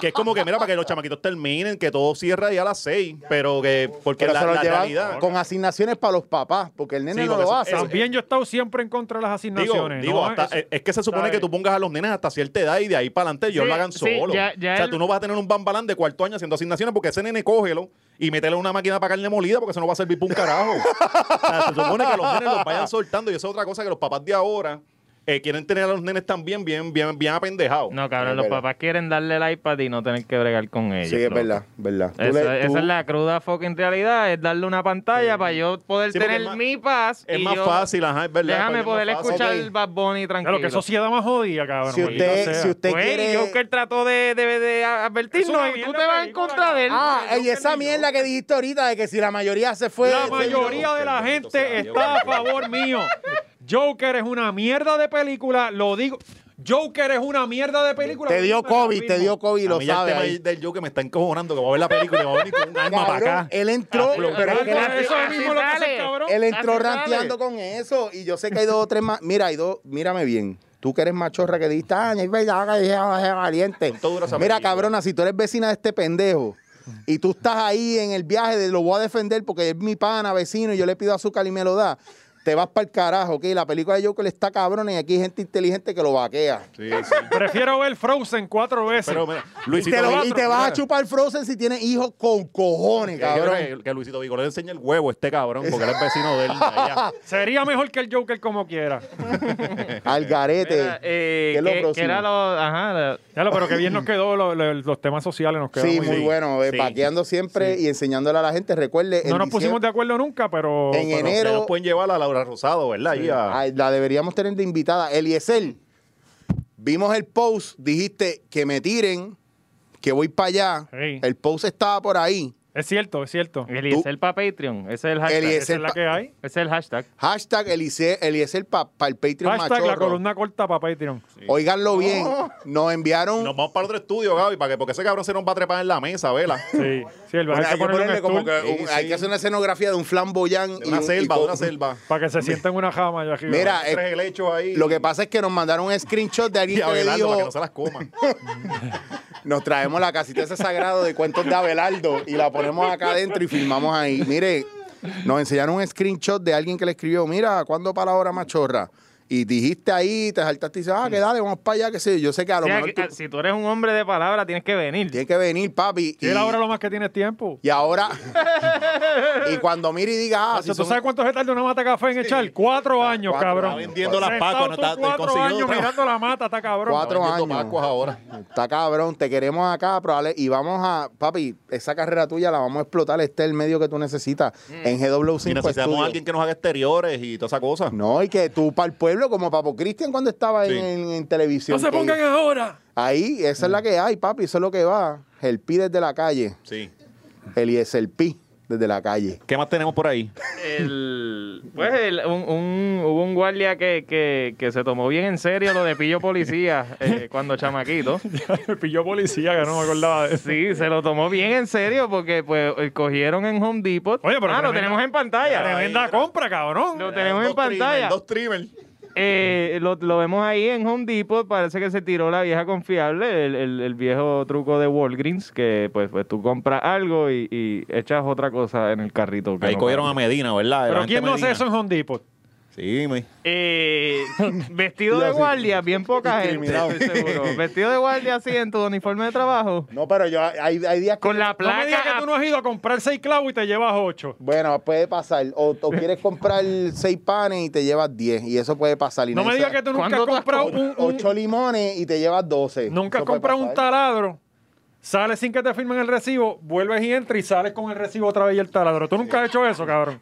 que es como que, mira, para que los chamaquitos terminen, que todo cierra ya a las seis. Pero que, porque
Pero
la,
se lo
la
llevan
realidad.
con asignaciones para los papás porque el nene
Sí,
no
porque
lo
eso-
hace.
eso-
También yo he estado siempre en contra de las
Digo,
asignaciones.
digo,
¿no?
hasta- eh,
Eso-
es, es que se supone
¿sabes?
que tú pongas a los nenes hasta cierta edad y de ahí para adelante ellos
Sí,
lo hagan
sí,
solo.
ya- ya
o sea,
él-
tú no vas a tener un bambalán de cuarto año haciendo asignaciones porque ese nene cógelo y métele una máquina para carne molida porque eso no va a servir para un carajo. o sea, se supone que los nenes los vayan soltando y eso es otra cosa que los papás de ahora eh, quieren tener a los nenes también bien, bien, bien apendejados.
No, cabrón,
Es
los
verdad.
papás quieren darle el iPad y no tener que bregar con ellos.
Sí, es
loco.
verdad, verdad. Tú
Esa,
le- tú-
esa es la cruda fucking realidad, es darle una pantalla para yo poder
Sí, porque
tener
es más-
mi paz.
Es
y
más
yo-
fácil, ajá, es verdad.
Déjame
es más
poder
fácil.
escuchar
Ok.
Bad Bunny tranquilo.
Claro,
Pues,
que sociedad más jodida, cabrón.
Si
maldita
usted-
sea.
si usted-
Güey,
quiere-
Joker trató de, de, de advertirnos
Es una
y tú
mierda
te vas en
película,
contra de él.
Ah, y esa mierda que dijiste ahorita de que si la mayoría se fue.
La
se-
mayoría de la
Bendito sea
gente
Dios.
está a favor mío. Joker es una mierda de película, lo digo. Joker es una mierda de película.
Te dio
Lo digo
COVID,
ahora
te dio
mismo.
COVID,
a
lo
mí ya el
sabe.
tema
ahí.
del yo que me está encojonando, que va a ver la película y va a venir con un arma para
Cabrón, eh,
acá. Ah,
él entró,
Cabrón,
pero es
Eso-
que él,
cabrón,
entró-
eso es
Así
mismo lo que hace
sale.
el cabrón.
él entró
así sale.
ranteando con eso. Y yo sé que hay dos o tres más. Mira, hay dos, mírame bien. Tú que eres machorra que dijiste, ah, es verdad que dije, ah, es valiente.
Todo dura esa
Mira,
película.
cabrona, si tú eres vecina de este pendejo y tú estás ahí en el viaje de lo voy a defender porque es mi pana, vecino, y yo le pido azúcar y me lo da, te vas para el carajo, ¿ok? La película de Joker está cabrona y aquí hay gente inteligente que lo vaquea.
Sí, sí.
Prefiero ver Frozen cuatro veces.
Pero mira,
Y
Luisito
te, lo- y
Vigor-
te vas a
mira,
chupar Frozen si tienes hijos con cojones,
que-
cabrón.
Que, que Luisito Vigor le enseña el huevo a este cabrón, porque él es vecino de él. de allá.
Sería mejor que el Joker como quiera.
Al garete.
Mira, eh,
este, ¿Qué es lo
que- que
próximo?
era lo- ajá, la-
Ya lo, pero que bien nos quedó lo- lo- los temas sociales, nos quedó
sí,
muy
muy
bien.
bueno. eh,
sí.
Paqueando siempre y enseñándole a la gente. Recuerde,
No
en
nos pusimos de
diciembre-
acuerdo nunca, pero.
En
pero-
enero-
Ustedes nos pueden llevar a Laura Rosado, ¿verdad? Ahí a-
Ay, la deberíamos tener de invitada. Eliezer, vimos el post, dijiste que me tiren, que voy para allá.
Sí.
El post estaba por ahí.
Es cierto, es cierto.
El Eliezer pa' Patreon, ese es el hashtag.
Eliezer.
Esa es la que hay.
Ese es el hashtag.
Hashtag Eliezer, para el Patreon
Hashtag la
machorro.
columna corta para Patreon.
Oiganlo bien. Nos enviaron...
Nos vamos para otro estudio, Gaby, para que, porque ese cabrón se nos va a trepar en la mesa, ¿vela?
Sí, sí, el
Bueno,
hay
hay,
que ponerle
que
un
ponerle como
stool
que un- hay que hacer una escenografía de un flamboyán.
De
y
una
un- y
selva, de
con-
una selva.
para que se sienta en una jama allá arriba.
Mira, eh,
Tres helechos ahí.
Lo que pasa es que nos mandaron un screenshot de alguien
Y a
que le
Abelardo para que
dijo,
no se las coman.
nos traemos la casita ese sagrado de cuentos de Abelardo y la ponemos acá adentro y filmamos ahí. Mire, nos enseñaron un screenshot de alguien que le escribió, mira, ¿cuándo para la hora machorra? y dijiste ahí, te saltaste y dices, ah, que dale, vamos para allá, que sé yo. Yo sé que a lo
O sea,
mejor
que-
tú
ah, si tú eres un hombre de palabra, tienes que venir.
tienes que venir, papi.
Y él ahora lo más que tiene es tiempo.
y ahora, y cuando mire y diga, ah,
Hacho,
si
¿Tú
son-
sabes cuánto se tarda una mata café en echar? Cuatro años,
Cuatro,
cabrón.
está vendiendo las
Sentado
pacuas, no
tú
está- estoy
cuatro
consiguiendo
años
trabajo.
mirando la mata, está cabrón.
Cuatro
Vendiendo
años.
Pascuas ahora.
Está cabrón, te queremos acá, probable. Y vamos a, papi, esa carrera tuya la vamos a explotar. Este es el medio que tú necesitas en GW5
Y necesitamos
Studio.
a alguien que nos haga exteriores y toda esa cosa.
No, y que tú para el pueblo, como Papo Cristian cuando estaba
Sí.
en, en- en televisión.
No se
que-
pongan ahora.
Ahí, esa es la que hay, papi, eso es lo que va. El pi desde la calle.
Sí.
El es el pi desde la calle.
¿Qué más tenemos por ahí?
El- pues el- un, un- hubo un guardia que, que- que se tomó bien en serio lo de pillo policía eh, cuando chamaquito.
Me pilló policía, que no me acordaba de eso.
Sí, se lo tomó bien en serio porque pues eh, cogieron en Home Depot.
Oye, pero
ah, lo
tremenda-
tenemos en pantalla.
Tremenda compra, cabrón.
Lo tenemos
Dos
en pantalla.
trimmers, Dos trimmers.
Eh, lo, lo vemos ahí en Home Depot. Parece que se tiró la vieja confiable, el, el- el viejo truco de Walgreens, que pues, pues tú compras algo y, y echas otra cosa en el carrito. que
Ahí
no
cogieron a
cambia.
Medina, ¿verdad?
Pero
La
¿quién
gente
no hace
Medina.
eso en Home Depot?
Sí, me-
Eh, vestido
Y
de
así.
guardia, bien poca gente.
Discriminado.
estoy seguro. Vestido de guardia así en tu uniforme de trabajo.
No, pero yo hay, hay días que.
Con la
No me digas
placa. eh,
que tú no has ido a comprar seis clavos y te llevas ocho.
Bueno, puede pasar. O, o quieres comprar seis panes y te llevas diez. Y eso puede pasar. Y
No me digas que tú nunca
¿Cuándo
has
tú has
comprado
o-
un... un-
Ocho limones y te llevas doce.
Nunca has
Eso puede
comprado un
pasar.
taladro. Sales sin que te firmen el recibo, vuelves y entras y sales con el recibo otra vez y el taladro. Tú nunca has hecho eso, cabrón.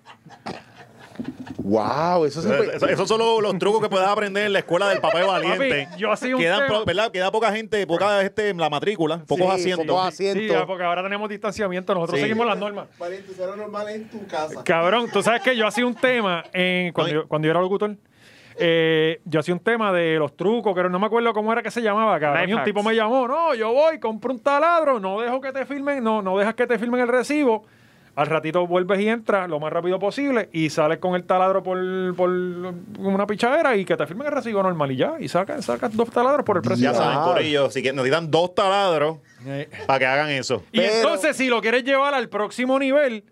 Wow, eso se puede-
Eh,
Eso- Esos son los, los trucos que puedes aprender en la escuela del papel valiente.
Papi, yo hacía un
Quedan
tema.
pro- ¿verdad? Queda poca gente, poca este, la matrícula, pocos
Sí,
asientos.
pocos
Sí,
asientos.
ya, porque ahora tenemos distanciamiento, nosotros
Sí.
seguimos las normas.
Valiente, eso era normal en tu casa.
Cabrón, tú sabes que yo hacía un tema en- cuando, yo, cuando yo era locutor. eh, yo hacía un tema de los trucos, pero no me acuerdo cómo era que se llamaba. Cabrón.
Life
Y un
hacks.
tipo me llamó, no, yo voy, compro un taladro, no dejo que te firmen, no, no dejas que te firmen el recibo. Al ratito vuelves y entras lo más rápido posible y sales con el taladro por, por una pichadera y que te firmen el recibo normal y ya. Y sacas, sacas dos taladros por el precio.
Ya saben,
Ah.
Corillo, si que necesitan dos taladros
Eh,
para que hagan eso.
Y
Pero-
entonces, si lo quieres llevar al próximo nivel,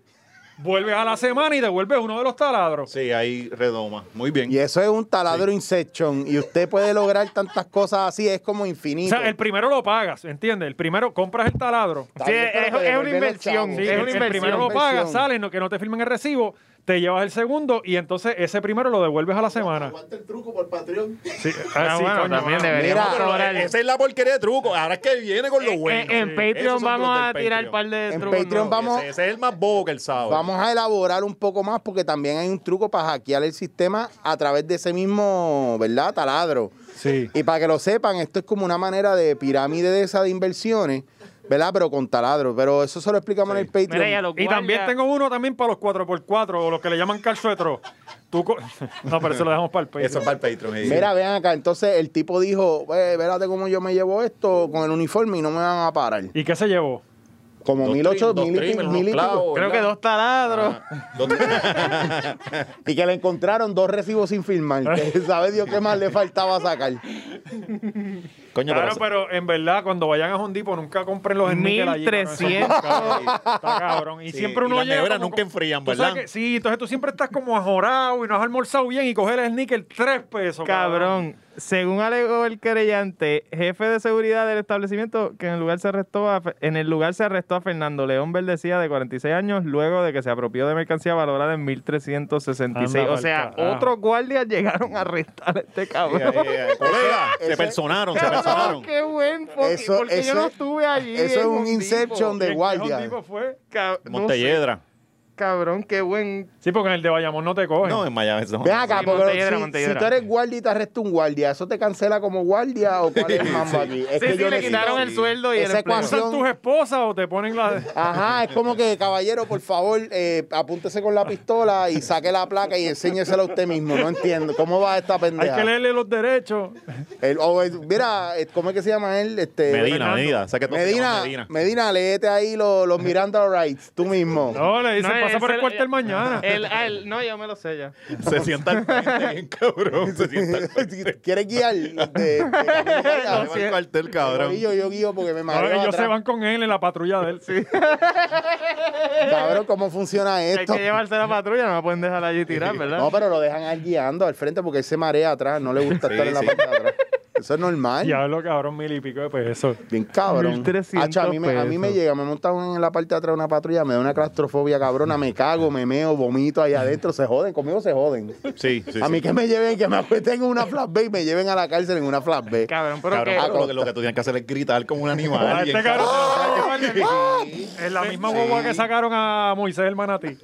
vuelves a la semana y devuelves uno de los taladros.
Sí, ahí redoma. Muy bien.
Y eso es un taladro Inception. Y usted puede lograr tantas cosas así, es como
O
infinito.
sea, el primero lo pagas, ¿entiendes? El primero compras el taladro.
Está
Sí,
bien,
es-
pero
es
te devuelven
una
los
inversión,
chavos.
sí, es
el,
una
el
inversión.
primero lo pagas,
Inversión.
sales, no, que no te firmen el recibo, te llevas el segundo y entonces ese primero lo devuelves a la semana.
Aguanta el truco por Patreon.
Sí,
Ah,
así,
bueno,
coño,
también
mano.
deberíamos
Mira,
Pero
cobrar.
esa es la porquería de truco. Ahora es que viene con lo
Eh,
bueno.
en
Sí, esos
Patreon
son
vamos
los
a
del
tirar un
Patreon.
par de
En
trucos
Patreon
nuevos.
vamos-
Ese, ese es el más bobo que el sábado.
Vamos a elaborar un poco más porque también hay un truco para hackear el sistema a través de ese mismo, ¿verdad? Taladro.
Sí.
Y para que lo sepan, esto es como una manera de pirámide de esa de inversiones, ¿verdad? Pero con taladro. Pero eso se lo explicamos en el Patreon.
Mira, y a los
Y también
guardias-
tengo uno también para los 4x4 o los que le llaman calzuetro. Tú co- no, pero eso lo dejamos para el
Eso
peso.
es para el Patreon. sí.
Mira, vean acá. Entonces el tipo dijo, eh, espérate cómo yo me llevo esto con el uniforme y no me van a parar.
¿Y qué se llevó?
Como
Dos
mil ocho,
trim- dos
mil y-
trimmers, unos
mil y pico.
clavos,
Creo que
¿verdad?
dos taladros.
Dos-
Y que le encontraron dos recibos sin firmar. Que sabe Dios qué más le faltaba sacar.
Coño,
Claro,
pero-
pero en verdad, cuando vayan a Hondipo, nunca compren los sneakers allí. no, no, eso
1300.
nunca, Está cabrón. Y
Sí,
siempre uno
y las
llega
neveras
como-
nunca enfrían,
tú sabes
¿verdad?
que- sí, entonces tú siempre estás como ajorado y no has almorzado bien y coges el sneaker tres pesos.
Cabrón, según alegó el querellante, jefe de seguridad del establecimiento, que en el lugar se arrestó a, Fe- en el lugar se arrestó a Fernando León Verdecía de 46 años luego de que se apropió de mercancía valorada en 1366.
Anda
o
pa'l
sea,
carajo.
otros guardias llegaron a arrestar a este cabrón.
Eh, eh, eh, colega,
Ese-
se personaron, se
Cabrón,
personaron.
qué buen fucking-
Eso-
porque
eso
yo no
es-
estuve allí.
eso es
en
un
Hondipo.
Inception de
¿En qué
guardia.
Home Depot fue?
Ca- no sé,
Montelledra.
cabrón, qué buen.
Sí, porque en el de Bayamón no te cogen.
No, en Miami. eso-
Ven acá,
Sí,
porque
Montelledra,
si- si,
Montelledra.
tú eres guardia y te arresta un guardia, ¿eso te cancela como guardia o cuál es el mambo aquí? Es
Sí, sí, le
necesito-
quitaron el sueldo y el
esa
empleo.
ecuación-
¿Usan tus esposas o te ponen la...
Ajá, es como que, caballero, por favor, eh, apúntese con la pistola y saque la placa y enséñesela a usted mismo. No entiendo. ¿Cómo va esta
Hay
pendeja?
que leerle los derechos.
El- o el- mira, eh, ¿cómo es que se llama él? Este,
Medina, Medina. o sea que todos se
Medina,
llaman Medina.
Medina, léete ahí los, los Miranda Rights, tú mismo.
No, le dicen
No,
pasa por el
se-
cuartel mañana.
él- ah, él- no, yo me lo sé ya.
Se sienta al frente bien, cabrón. Se sienta al frente.
¿Quieres guiar? De, de camino para allá?
Se va al cuartel, cabrón.
Corillo, yo guío porque me mareo
Ahora ellos
atrás.
se van con él en la patrulla de él.
Cabrón, ¿cómo funciona
Hay
esto?
que llevarse la patrulla, no la pueden dejar allí tirar, ¿verdad?
No, pero lo dejan ahí guiando al frente porque él se marea atrás. No le gusta estar en la
sí.
parte de atrás. Eso es normal.
Diablo, cabrón, mil y pico de pesos.
Bien cabrón.
1300
Hacho, a, mí me, a mí me
pesos.
llega, me monta un- en la parte de atrás de una patrulla, me da una claustrofobia cabrona, me cago, me meo, vomito ahí adentro, se joden, conmigo se joden.
Sí, sí.
a
sí.
mí que me lleven, que me acuesten en una flatbed y me lleven a la cárcel en una flatbed.
Cabrón, pero
Cabrón,
que-
pero lo que, lo que tú tienes que hacer es gritar como un animal. bien,
Este cabrón se lo
cabrón.
va a llevar en- en la misma guagua que sacaron a Moisés el manatí.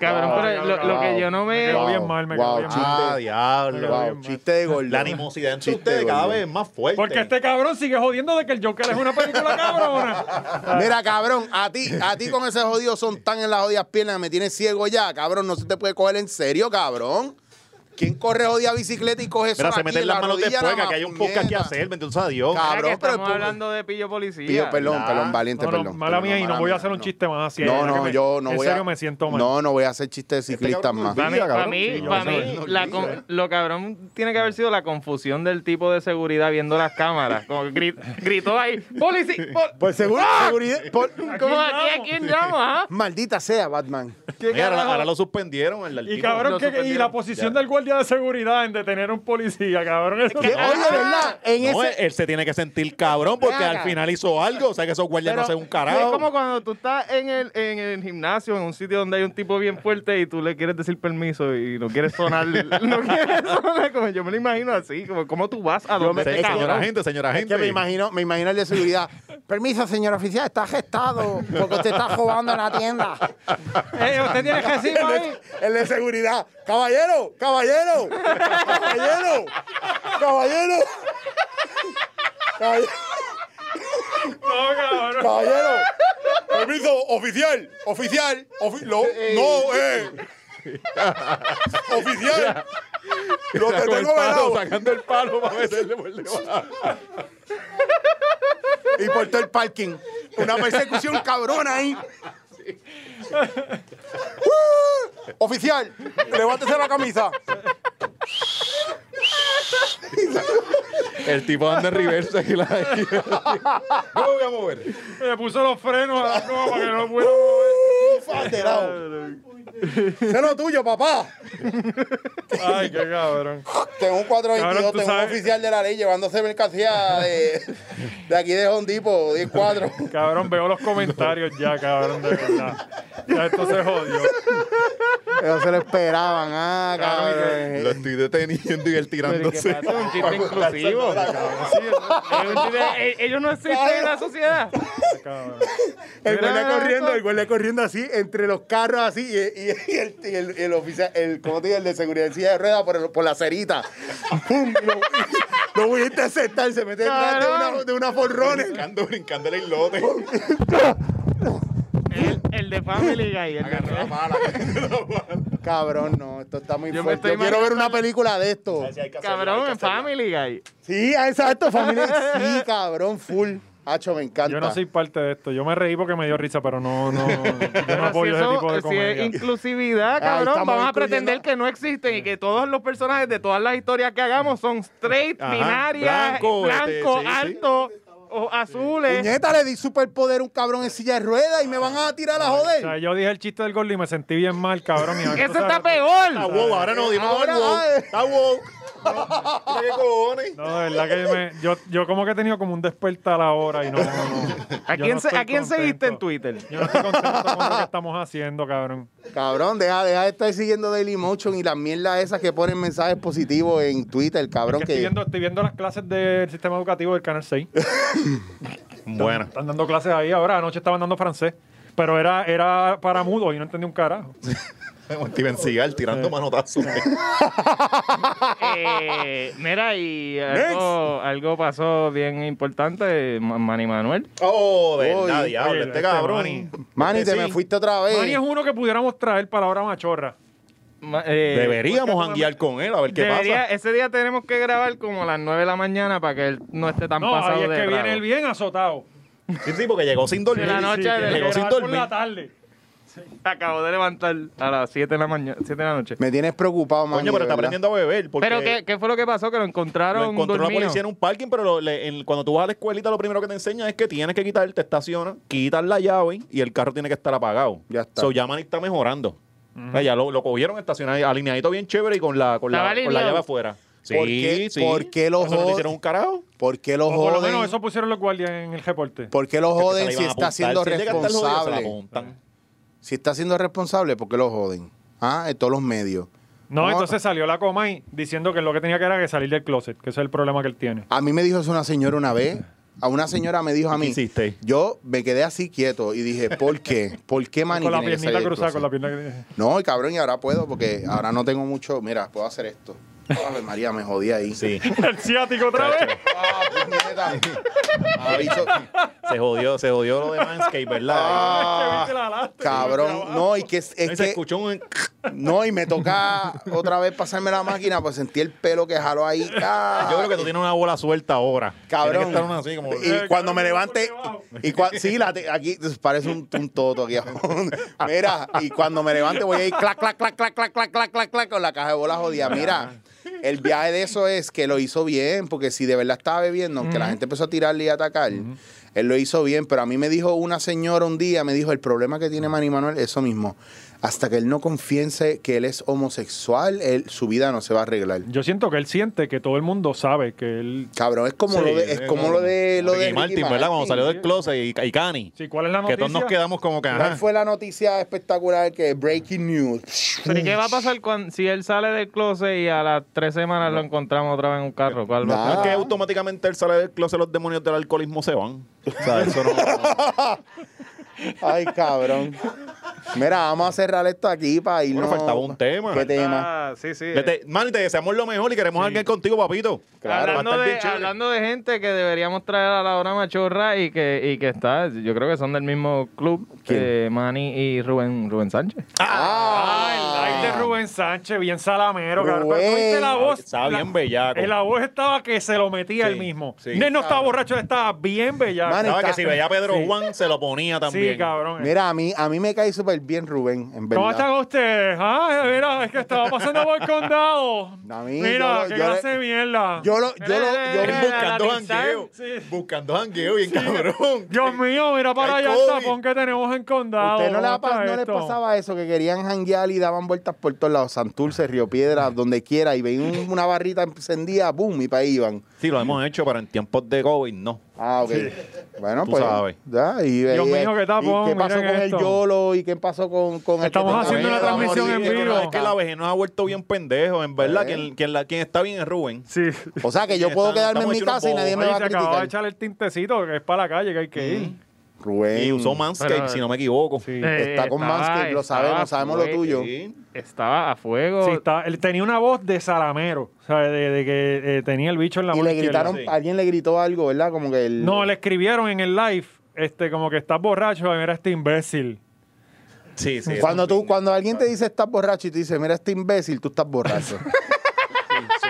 cabrón,
Wow,
pero lo,
cabrón,
lo
wow.
que yo no
Me
me...
quedó bien mal, me
wow,
quedó bien
chiste.
mal.
Ah, diablo.
Wow.
Wow, chiste de gordo.
La animosidad entre
Chiste,
ustedes cada
gordo.
vez es más fuerte.
Porque este cabrón sigue jodiendo de que el Joker es una película cabrona.
Mira, cabrón, a ti, a ti con ese jodido son tan en las jodidas piernas, me tienes ciego ya, cabrón, no se te puede coger en serio, cabrón. ¿Quién corre jodida bicicleta y coge eso
Mira, se
aquí
meten
en
las
la
manos
rodilla
después,
nada más,
que hay un podcast que
puñeta?
hacer, bendito sea Dios.
Cabrón,
Ah, que
pero
estamos
tú-
hablando de pillo policía.
Pido perdón,
Nah.
perdón, valiente,
No, no,
perdón.
mala mía y no
Perdón, mala
voy a
mía,
hacer un
no.
chiste más así.
No,
Es que
no,
me-
yo no
en
voy a.
serio me siento mal.
No, no voy a hacer chistes de
Este
ciclistas
cabrón
más.
olvida,
Para mí,
cabrón.
pa' mí-
Sí, yo
pa'
sé,
mí,
no
la
olvida.
con- lo cabrón tiene que haber sido la confusión del tipo de seguridad viendo las cámaras. Como que gri- gritó ahí, ¡Policía! po-
Pues seguro, seguridad. por-
¿Cómo aquí a quién llama? ah?
maldita sea, Batman.
¿Qué
Mira, ahora,
carajo?
ahora lo suspendieron. El, el
Y
tipo.
cabrón,
Lo
que, y
suspendieron.
la posición del guardia de seguridad en detener a un policía, cabrón. Eso
Que, oye, ¿verdad? En
No,
ese.
él, él se tiene que sentir cabrón porque
Venga.
al final hizo algo. O sea, que esos guardias no hacen un
Es
carajo.
como cuando tú estás en el, en el gimnasio, en un sitio donde hay un tipo bien fuerte y tú le quieres decir permiso y no quieres sonar. no quieres sonar como yo me lo imagino así. Como, ¿Cómo tú vas a donde
Se-
este
señora
cabrón?
gente, señora
Es
gente.
que me imagino, me imagino el de seguridad. Permiso, señor oficial, está gestado porque usted está jugando en la tienda.
Eh, usted tiene que decir, ahí.
El de seguridad. Caballero, caballero, caballero, caballero. Caballero.
No, cabrón.
caballero.
Permiso, oficial, oficial, ofi- lo- no, eh. oficial. Lo que
Con el
tengo
palo,
velado
sacando el palo para meterle por debajo.
Y por todo el parking. Una persecución cabrona ahí. ¡Uh! Oficial, levántese la camisa.
El tipo anda en reversa aquí. La, No me voy a mover.
Eh.
Le puso los frenos a la coma para que no pueda.
Sé lo tuyo, papá.
Ay, qué cabrón.
Tengo un 422,
Cabrón, tú
tengo
sabes.
un oficial de la ley llevándose mercancía de, de aquí de Hondipo, 104.
Cabrón, veo los comentarios ya, cabrón, de verdad. Ya esto se jodió.
Eso se lo esperaban, ah,
Cabrón, y que-
Lo estoy deteniendo y él
Pero ¿y qué
tirándose.
pasa? Un chiste inclusivo. Sí, es un chiste- eh, Ellos no existen en la sociedad.
Cabrón.
El
Mira,
guardia corriendo,
eso.
el guardia corriendo así, entre los carros así, y, y- y el, y el- el oficial, el, ¿cómo te digo? El de seguridad en silla de ruedas por, el- por la cerita. ¡Pum! Lo, lo voy a interceptar, se mete detrás de una, de una Ford Runner.
Brincando, brincando en el lote.
El, el de Family Guy. el de-
Agarró la pala.
Cabrón, no, esto está muy
Yo me
fuerte.
estoy
Yo quiero ver
imaginando-
una película de esto.
Cabrón, en Family Guy.
Sí, exacto, familia. Sí, cabrón, full. Hacho, me encanta.
Yo no soy parte de esto. Yo me reí porque me dio risa, pero no, no, yo no
Pero si
apoyo
eso-
ese tipo de
si es
comedia.
inclusividad, cabrón,
estamos
vamos a
incluyendo-
pretender que no existen y que todos los personajes de todas las historias que hagamos son straight,
Ajá,
binarias,
blanco,
blanco,
este, sí, sí.
alto o azules.
Puñeta, le di superpoder a un cabrón en silla de ruedas y me van a tirar a
O
joder.
sea, yo dije el chiste del gordo y me sentí bien mal, cabrón. y ahora
Eso
esto se-
está peor.
Está wow, ahora no, dime
Ahora,
ahora, wow.
eh.
Está wow. Mira qué cojones.
No, de verdad que yo, me- yo, yo como que he tenido como un despertar ahora y no, no.
¿A
Yo
quién,
no
se-
estoy
¿a quién
contento.
seguiste en Twitter?
Yo no estoy contento con lo que estamos haciendo, cabrón.
Cabrón, deja, deja de estar siguiendo Dailymotion y las mierdas esas que ponen mensajes positivos en Twitter, cabrón.
Que estoy,
que
viendo, estoy viendo las clases del sistema educativo del Canal 6.
Bueno.
Están dando clases ahí ahora. Anoche estaban dando francés. Pero era, era para mudo y no entendí un carajo.
Steven Seagal tirando manotazos.
Eh.
Eh, mira, y algo, algo pasó bien importante, Ma- Manny Manuel.
Oh, verdad,
Oy.
diablo,
Oye,
este
este
cabrón.
Manny.
Manny,
Este
te
sí.
me fuiste otra vez.
Manny es uno que pudiéramos traer palabra machorra.
Ma- eh,
Deberíamos janguear con él a ver qué
debería-
pasa.
Ese día tenemos que grabar como a las 9 de la mañana para que él no esté tan
No,
pasado
ahí es
de
que viene
trago.
el bien azotado.
Sí, sí, porque llegó sin dormir.
De la
Sí,
noche,
que
de
tiene que
llegó sin
grabar por
dormir.
la tarde.
Acabo de levantar a las 7 de la mañana, 7 de la noche.
Me tienes preocupado, man.
Coño, pero está aprendiendo a beber. Porque
Pero ¿qué, ¿qué fue lo que pasó? Que lo encontraron
Lo encontró la
dormido.
policía en un parking, pero lo- le- en- cuando tú vas a la escuelita, lo primero que te enseña es que tienes que quitar, te estacionas, quitas la llave y el carro tiene que estar apagado.
Ya está.
So, ya Manny está mejorando. O sea, ya lo, lo cogieron estacionado, alineadito bien chévere y con la, con la,
Estaba
con la
alineado.
llave afuera. Sí,
¿Por qué-
sí.
por qué lo
Eso no le
jod-
hicieron un carajo?
¿Por qué lo
O por lo
joden?
menos eso pusieron los guardias en el reporte.
¿Por qué lo
Porque se
joden
la
si
iban a
está
apuntar.
siendo
Si él llega a estar jodido, se la
responsable?
apuntan.
Si está siendo responsable, ¿por qué lo joden? Ah, en todos los medios.
No,
No.
entonces salió la Comay diciendo que lo que tenía que era que salir del closet, que ese es el problema que él tiene.
A mí me dijo eso una señora una vez. A una señora me dijo a
¿Qué
mí.
hiciste?
Yo me quedé así quieto y dije, ¿por qué? ¿Por qué Manny
con la
tiene que
piernita
salir del
cruzada, con la
closet?
pierna que-
No, y cabrón, y ahora puedo porque ahora no tengo mucho. Mira, puedo hacer esto. Oh, Ave María, me jodí ahí.
Sí.
El ciático otra vez.
Ah, puñeta. Aviso-
se jodió, se jodió lo de Manscape, ¿verdad?
Ah,
Que viste la lastra.
cabrón, no, y que es,
Y
es
se
que
escuchó un...
no, y me toca otra vez pasarme la máquina, pues sentí el pelo que jaló ahí. Ah,
Yo creo que tú tienes una bola suelta ahora.
Cabrón.
Tiene que estar una así como...
Y cuando me levante, y cua- sí, la te- aquí pues, parece un, un toto aquí. Mira, y cuando me levante voy a ir clac, clac, clac, clac, clac, clac, clac, clac, clac, con la caja de bolas jodida. Mira, el viaje de eso es que lo hizo bien, porque si de verdad estaba bebiendo, aunque la gente empezó a tirarle y a atacar, él lo hizo bien. Pero a mí me dijo una señora un día, me dijo, el problema que tiene Manny Manuel, eso mismo. Hasta que él no confiese que él es homosexual, él- su vida no se va a arreglar.
Yo siento que él siente que todo el mundo sabe que él.
Cabrón, es como lo de, es como lo de eh, lo de
Ricky Martin,
Ricky
¿verdad? Cuando
Martin.
salió del closet y, y Cani.
Sí, ¿cuál es la
que
noticia?
todos nos quedamos como que.
¿Cuál
Ajá.
fue la noticia espectacular que Breaking News?
Pero ¿y qué va a pasar cuando, si él sale del closet y a las tres semanas lo encontramos otra vez en un carro? ¿Cuál va a
Nah.
ser?
No es que automáticamente él sale del closet, los demonios del alcoholismo se van. O sea, eso no.
Ay, cabrón. Mira, vamos a cerrar esto aquí para irnos.
Bueno, faltaba un tema.
¿Qué tema?
Ah, sí, sí.
Le te- Manny, te deseamos lo mejor y queremos alguien contigo, papito.
Claro,
Va a
hablando,
estar
de,
bien chévere.
hablando de gente que deberíamos traer a la hora machorra y que, y que está, yo creo que son del mismo club que Manny y Rubén, Rubén Sánchez.
Ah, el like de Rubén Sánchez, bien salamero, cabrón. Pero tú
Rubén.
viste la voz.
Estaba
La-
bien bellaco.
eh, La voz estaba que se lo metía
Sí,
él mismo.
sí.
Él no estaba borracho, él estaba bien bellaco.
Mano,
Sabes que
está-
si veía a Pedro
Sí.
Juan, se lo ponía también.
Sí, cabrón.
Mira, a mí, a mí me cae súper bien Rubén,
¿Cómo
en verdad.
están ustedes? Ah, mira, es que estaba pasando por el condado.
A mí, yo
mira,
lo-
qué
yo le-
clase de mierda.
Yo lo, yo lo, yo
Él
Eh,
buscando
la Nissan,
jangueo.
sí.
Buscando jangueo, bien cabrón.
Dios mío, mira para
Hay
allá el
COVID.
tapón que tenemos en condado.
¿Usted no, le, ha
¿Cómo
pas-
está
no les
esto?
pasaba eso? Que querían janguear y daban vueltas por todos lados, Santurce, Río Piedra, donde quiera, y veían un- una barrita encendida, boom, y para ahí iban.
Sí, lo hemos hecho, pero en tiempos de COVID no.
Ah, ok. Bueno,
Tú
pues.
sabes.
Ya, y,
Dios
y-
mío, qué
y
tapón,
¿Qué pasó
miren
con el
esto.
YOLO y qué pasó con, con el que
Estamos
tenga
haciendo una
miedo,
transmisión
amor,
en
y-
vivo.
Es que la vejez nos ha vuelto bien pendejo, en verdad.
Eh.
Quien, quien, la, quien está bien es Rubén.
Sí.
O sea, que yo puedo
Estamos
quedarme en mi
hechos unos
casa y nadie me
Oye,
va a
se acababa de
criticar.
echar el tintecito, que es para la calle que hay que ir.
Rubén.
Y usó Manscape,
Pero-
si no me equivoco.
Sí.
Eh,
Está con
estaba-
Manscaped, lo
estaba
sabemos, sabemos lo
fue-
tuyo.
Sí.
Estaba a fuego.
Sí, está- él tenía una voz de salamero, o sea, de, de que eh, tenía el bicho en la
Y
mano
le
izquierda.
gritaron,
sí.
alguien le gritó algo, ¿verdad? Como que el.
No, le escribieron en el live, este, como que estás borracho, ay, mira este imbécil.
Sí, sí.
Cuando tú, cuando alguien te dice estás borracho y tú dices, mira este imbécil, tú estás borracho.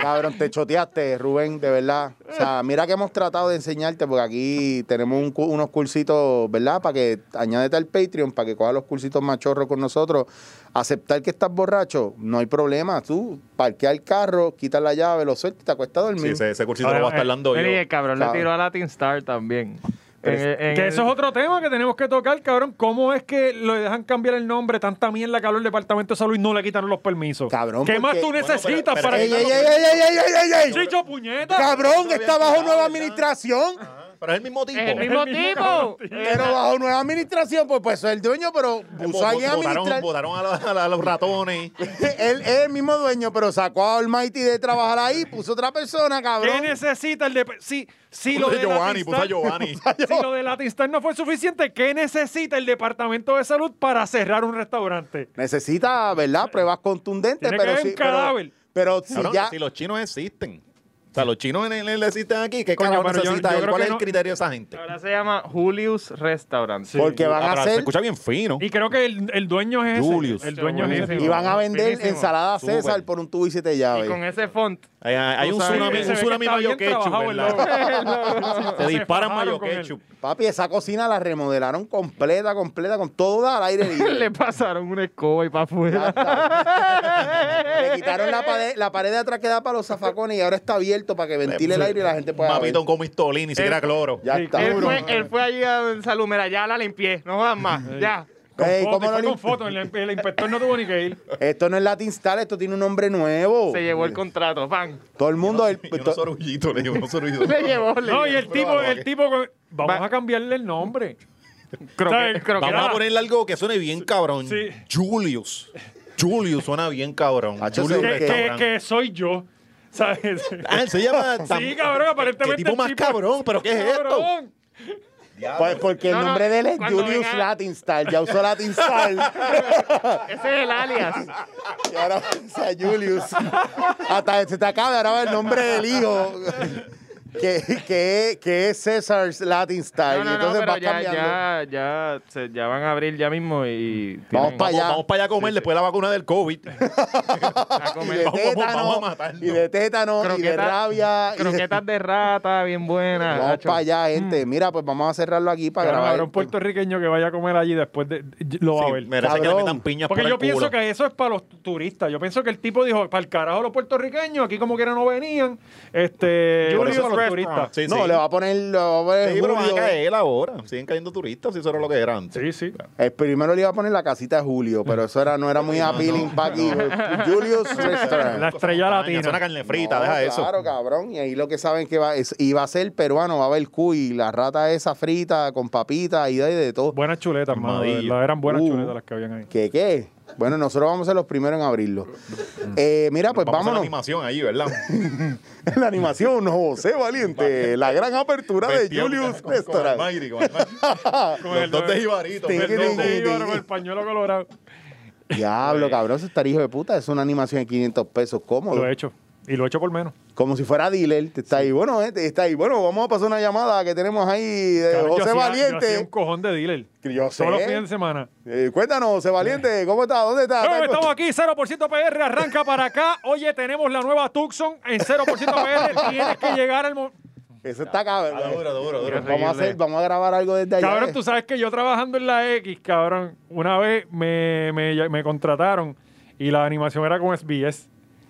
Cabrón, te choteaste, Rubén, de verdad. O sea, mira que hemos tratado de enseñarte, porque aquí tenemos un cu- unos cursitos, ¿verdad? Para que añádete al Patreon, para que cojas los cursitos machorros con nosotros. Aceptar que estás borracho, no hay problema. Tú parquea el carro, quita la llave, lo sueltas y te acuestas a
Sí,
dormir.
ese, ese cursito lo va a estar dando yo.
Mira, y el cabrón
Claro.
le tiró a Latin Star también. En- en-
Que eso es otro tema que tenemos que tocar, cabrón. ¿Cómo es que le dejan cambiar el nombre tanta mierda que habló el Departamento de Salud y no le quitaron los permisos?
Cabrón,
¿Qué más
porque-
tú
Bueno,
necesitas
pero- pero-
para
¡Ey,
quitar
ey,
los
ey, ey, ey, ey, ey, ey, ey!
¡Chicho, puñeta!
¡Cabrón, está bajo nueva
¿verdad?
administración!
Pero es el mismo tipo.
Es el mismo
el mismo
tipo.
Pero bajo nueva administración, pues, pues soy el dueño, pero puso a alguien a
Votaron,
administrar.
votaron a, la- a la- a los ratones.
él es el mismo dueño, pero sacó a Almighty de trabajar ahí, puso otra persona,
¿Qué
cabrón.
necesita el Departamento? Si, si lo
Puso a
de
Giovanni,
Latin
puso a
Star-
Giovanni.
Si lo de Latinstar no fue suficiente, ¿qué necesita el Departamento de Salud para cerrar un restaurante?
Necesita, ¿verdad? Pruebas contundentes,
Tiene que
pero
haber
sí.
un
pero-
cadáver.
Pero, si
Cabrón,
ya.
Si los chinos existen. sea, los chinos en el necesitan aquí. ¿Qué
Coño,
carajo
pero yo-
necesita
yo
él?
creo
¿Cuál
que
es el
no-
criterio de esa gente?
Ahora se llama Julius Restaurant.
Sí.
Porque van
Ah,
a
pero Se
hacer
escucha bien fino.
Y creo que el, el dueño es ese.
Julius.
El dueño es ese.
y van a vender
Finísimo.
ensalada
Súper.
César por un tubo y siete
Y
llaves.
con ese font.
Hay, hay- hay
Tú
un
sabes,
tsunami,
se
un tsunami mayo ketchup, ¿verdad? Te disparan mayo ketchup.
Papi, esa cocina la remodelaron completa, completa, con todo al aire
Le
libre.
pasaron una escoba y para
Ya
afuera.
está. Le quitaron la pared, la pared de atrás que da para los zafacones y ahora está abierto para que ventile el aire y la gente pueda ver.
Mapito con mistolín, ni
Eh,
siquiera cloro.
Ya está.
Él
Duro.
fue, él fue allí a en Salumera, ya la limpié, no jodan más, ya.
Ey,
Con
¿cómo
fotos,
lo
con
lim-
fotos. El, el inspector no tuvo ni que ir.
Esto no es Latin Star, esto tiene un nombre nuevo.
Se llevó el contrato, pan.
Todo el mundo... el- pues,
Y unos sorullitos, le llevo unos sorullitos.
Le llevó, le
No, y
llevó.
el tipo, el tipo, con- vamos a cambiarle el nombre. ¿Sabes?
creo que
Vamos
era-
a ponerle algo que suene bien cabrón.
Sí.
Julius. Julius suena bien cabrón.
Hacho,
Julius
ese-
Que, que,
restaurante.
que soy yo. ¿Sabes?
Ah, él se llama.
Sí, cabrón, aparentemente.
¿Qué tipo
el
más cabrón? ¿Pero qué es esto?
cabrón.
Pues porque el
No, no,
nombre de él es
cuando
Julius
venga-
Latin Star, ya usó Latin Star.
Ese es el alias.
y ahora usa Julius. Hasta se te acaba, ahora va el nombre del hijo. que, que, que es César's Latin Star.
No,
y
no, no,
entonces
pero
va
ya,
cambiando.
ya, ya, se- ya van a abrir ya mismo y...
Vamos
tienen-
pa' allá.
Vamos para allá a comer después de la vacuna del COVID.
a
Y
comer.
de
Vamos, vamos, vamos a
tétano,
matarlo.
y de tétano, y de
Croquetas-
rabia. y de-
Croquetas de rata, bien buenas.
Vamos
macho.
para allá, gente. Mira, pues vamos a cerrarlo aquí para
Cabrón,
grabar.
habrá un puertorriqueño que vaya a comer allí después de. Lo va a ver.
Sí, merece que le
Cabrón.
metan piñas
Porque
por el
yo pienso
culo.
que eso es para los turistas. Yo pienso que el tipo dijo, para el carajo los puertorriqueños, aquí como quiera no venían. Este,
Por
yo
eso
digo para los turistas.
restaurant. ah, Sí,
no,
sí.
le va a poner. le va a poner
Sí, pero van a
Julio.
caer ahora. Siguen cayendo turistas, si eso era lo que era antes.
Sí, sí.
El primero le iba a poner la casita de Julio, pero eso era, no era muy appealing para aquí. Julius Restaurant.
La estrella
Ah, que sea una
latina.
carne frita,
No,
deja
claro,
eso.
cabrón. Y ahí lo que saben que va, es, y va a ser peruano, va a haber cuy, la rata esa frita con papitas y de, de todo.
Buenas chuletas, mano. de
Armadillo.
verdad, Eran buenas
Uh.
chuletas las que habían ahí.
¿Qué qué? Bueno, nosotros vamos a ser los primeros en abrirlo. Eh, mira, pues
Mm. Vamos a hacer la
vámonos.
animación ahí, ¿verdad?
la animación, José Valiente. la gran apertura de
Vestido
Julius
con- Con el
Restaurant.
Mayri, con el Mayri.
Con el-
Los dos de Ibarito.
Sí.
El dos de Íbaro con el pañuelo colorado.
Pues.
Diablo, cabrón, ese estar hijo de puta. Es una animación de 500 pesos cómodo.
Lo he hecho. Y lo he hecho por menos.
Como si fuera dealer. Te Está ahí, bueno, eh, te está ahí. Bueno, vamos a pasar una llamada que tenemos ahí
Eh,
de
Cabrón, yo
José
hacía- Yo hacía un
Valiente.
cojón de dealer.
Yo sé.
Todos los fines de semana.
Eh, cuéntanos, José Valiente, ¿cómo está? ¿Dónde
Ah,
está?
Bueno, estamos aquí, 0% PR, arranca para acá. Oye, tenemos la nueva Tucson en 0% PR. Tienes que llegar al... mo-
Eso está cabrón.
Ah, Duro, duro, duro.
Vamos a hacer, vamos a grabar algo desde allá.
Cabrón,
eh.
tú sabes que yo trabajando en la X, cabrón, una vez me, me- me contrataron y la animación era con SBS.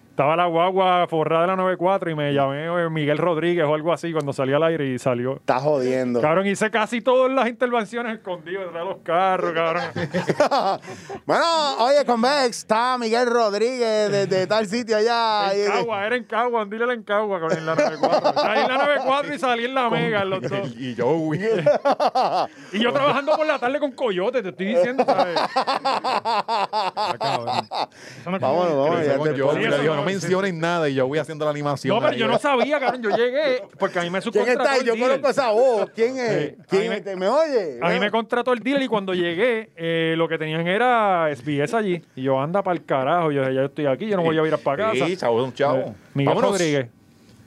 Estaba la guagua forrada de la 94 y me llamé eh, Miguel Rodríguez o algo así cuando salí al aire y salió.
Estás jodiendo.
Cabrón, hice casi todas las intervenciones escondidas detrás de los carros, cabrón.
bueno, oye, Convex, está Miguel Rodríguez desde tal sitio allá. eh,
En
Y-
Cagua, era en Cagua, dile en Cagua, cabrón, en la 94. Salí en la 94 y salí en la Mega, en los dos.
Y yo, güey.
Y yo trabajando por la tarde con Coyote, te estoy diciendo, ¿sabes? Ah, cabrón. Eso no es
Vámonos,
como-
vámonos,
Pero
ya
según
te-
yo,
Sí,
le
eso
digo,
no-
no mencionen nada y yo voy haciendo la animación.
No, pero
ahí, ¿eh?
yo no
¿verdad?
sabía, cabrón. Yo llegué porque a mí me
¿Quién
subcontrató
está ahí?
el
Yo
dealer.
conozco esa voz. ¿Quién es?
Sí.
¿Quién
A mí
es? ¿Te- ¿Me oye?
A mí me contrató el dealer y cuando llegué, eh, lo que tenían era SBS allí. Y yo, anda para el carajo. Yo, ya estoy aquí, yo no voy a ir para casa.
Sí, chavo, un
Eh,
chavo.
Miguel
Vámonos.
Rodríguez.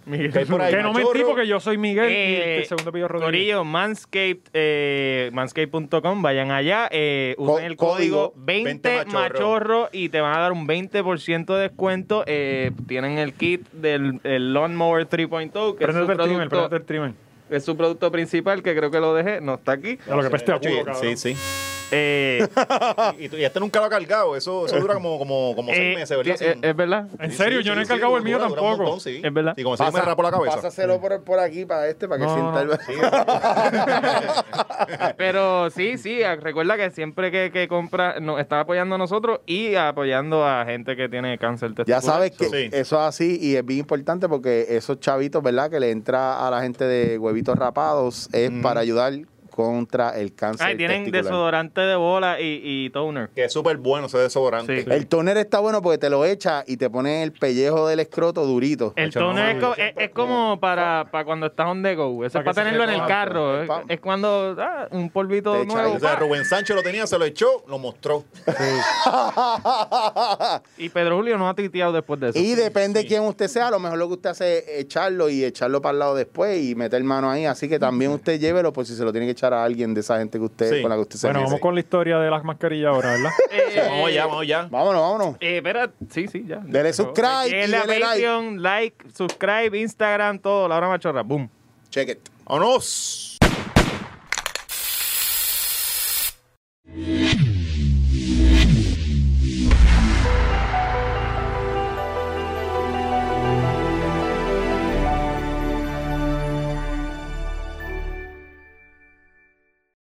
Miguel.
Que hay por ahí,
que no
machorro.
mentí porque yo soy Miguel y
Eh,
el segundo apellido es Rodríguez.
Corillo, Manscaped, eh, manscaped.com, vayan allá, eh, usen
Co-
el código,
código
20
machorro.
machorro. y te van a dar un 20% de descuento. eh, tienen el kit del el Lawnmower 3.0, que es
Prendete
su,
el trimmer, prendete
producto,
el trimmer.
es su producto principal, que creo que lo dejé, no está aquí.
A lo que peste a culo, cabrón.
Sí, sí.
Eh,
Y, y tú- y este nunca lo ha cargado. Eso, eso dura como, como, como seis
eh,
meses, ¿verdad?
que- eh,
Sin-
es verdad.
En
Sí,
serio,
sí,
yo no he
sí,
cargado
sí,
el mío
dura- dura un
tampoco.
montón, sí.
Es verdad.
Y como se me rapo la cabeza.
Pásaselo por, por aquí para este, para que
No,
sienta
no.
el.
Pero sí, sí, a- recuerda que siempre que, que compra, nos está apoyando a nosotros y apoyando a gente que tiene cáncer
Ya
testicular.
sabes que
Sí.
eso es así y es bien importante porque esos chavitos, ¿verdad? Que le entra a la gente de huevitos rapados es para ayudar contra el cáncer
Ay, tienen
testicular.
desodorante de bola y, y toner.
Que es súper bueno ese desodorante.
Sí.
El toner está bueno porque te lo echa y te pone el pellejo del escroto durito.
Ah,
El
Hecho, no,
toner es,
no,
co- es- es como para, para cuando estás on the go. Eso
Para
es para
que se
tenerlo en el
recoja,
carro. Es,
pam.
es cuando ah, un polvito
Te echa
nuevo.
O sea,
pa,
Rubén Sánchez lo tenía, se lo echó, lo mostró.
Y Pedro Julio no ha titeado después de eso.
Y depende quién usted sea, a lo mejor lo que usted hace es echarlo y echarlo para el lado después y meter mano ahí. Así que también usted llévelo por si se lo tiene que echar a alguien de esa gente que usted,
Sí.
con la que usted se
Bueno,
mete.
vamos con la historia de las mascarillas ahora, ¿verdad?
Eh,
Vamos ya, vamos ya.
Vámonos, vámonos.
Eh, espera, sí, sí, ya.
Dele subscribe y
Denle a
dele like.
Patreon, like. subscribe, Instagram, todo. La hora machorra. Boom.
Check it.
¡Vámonos!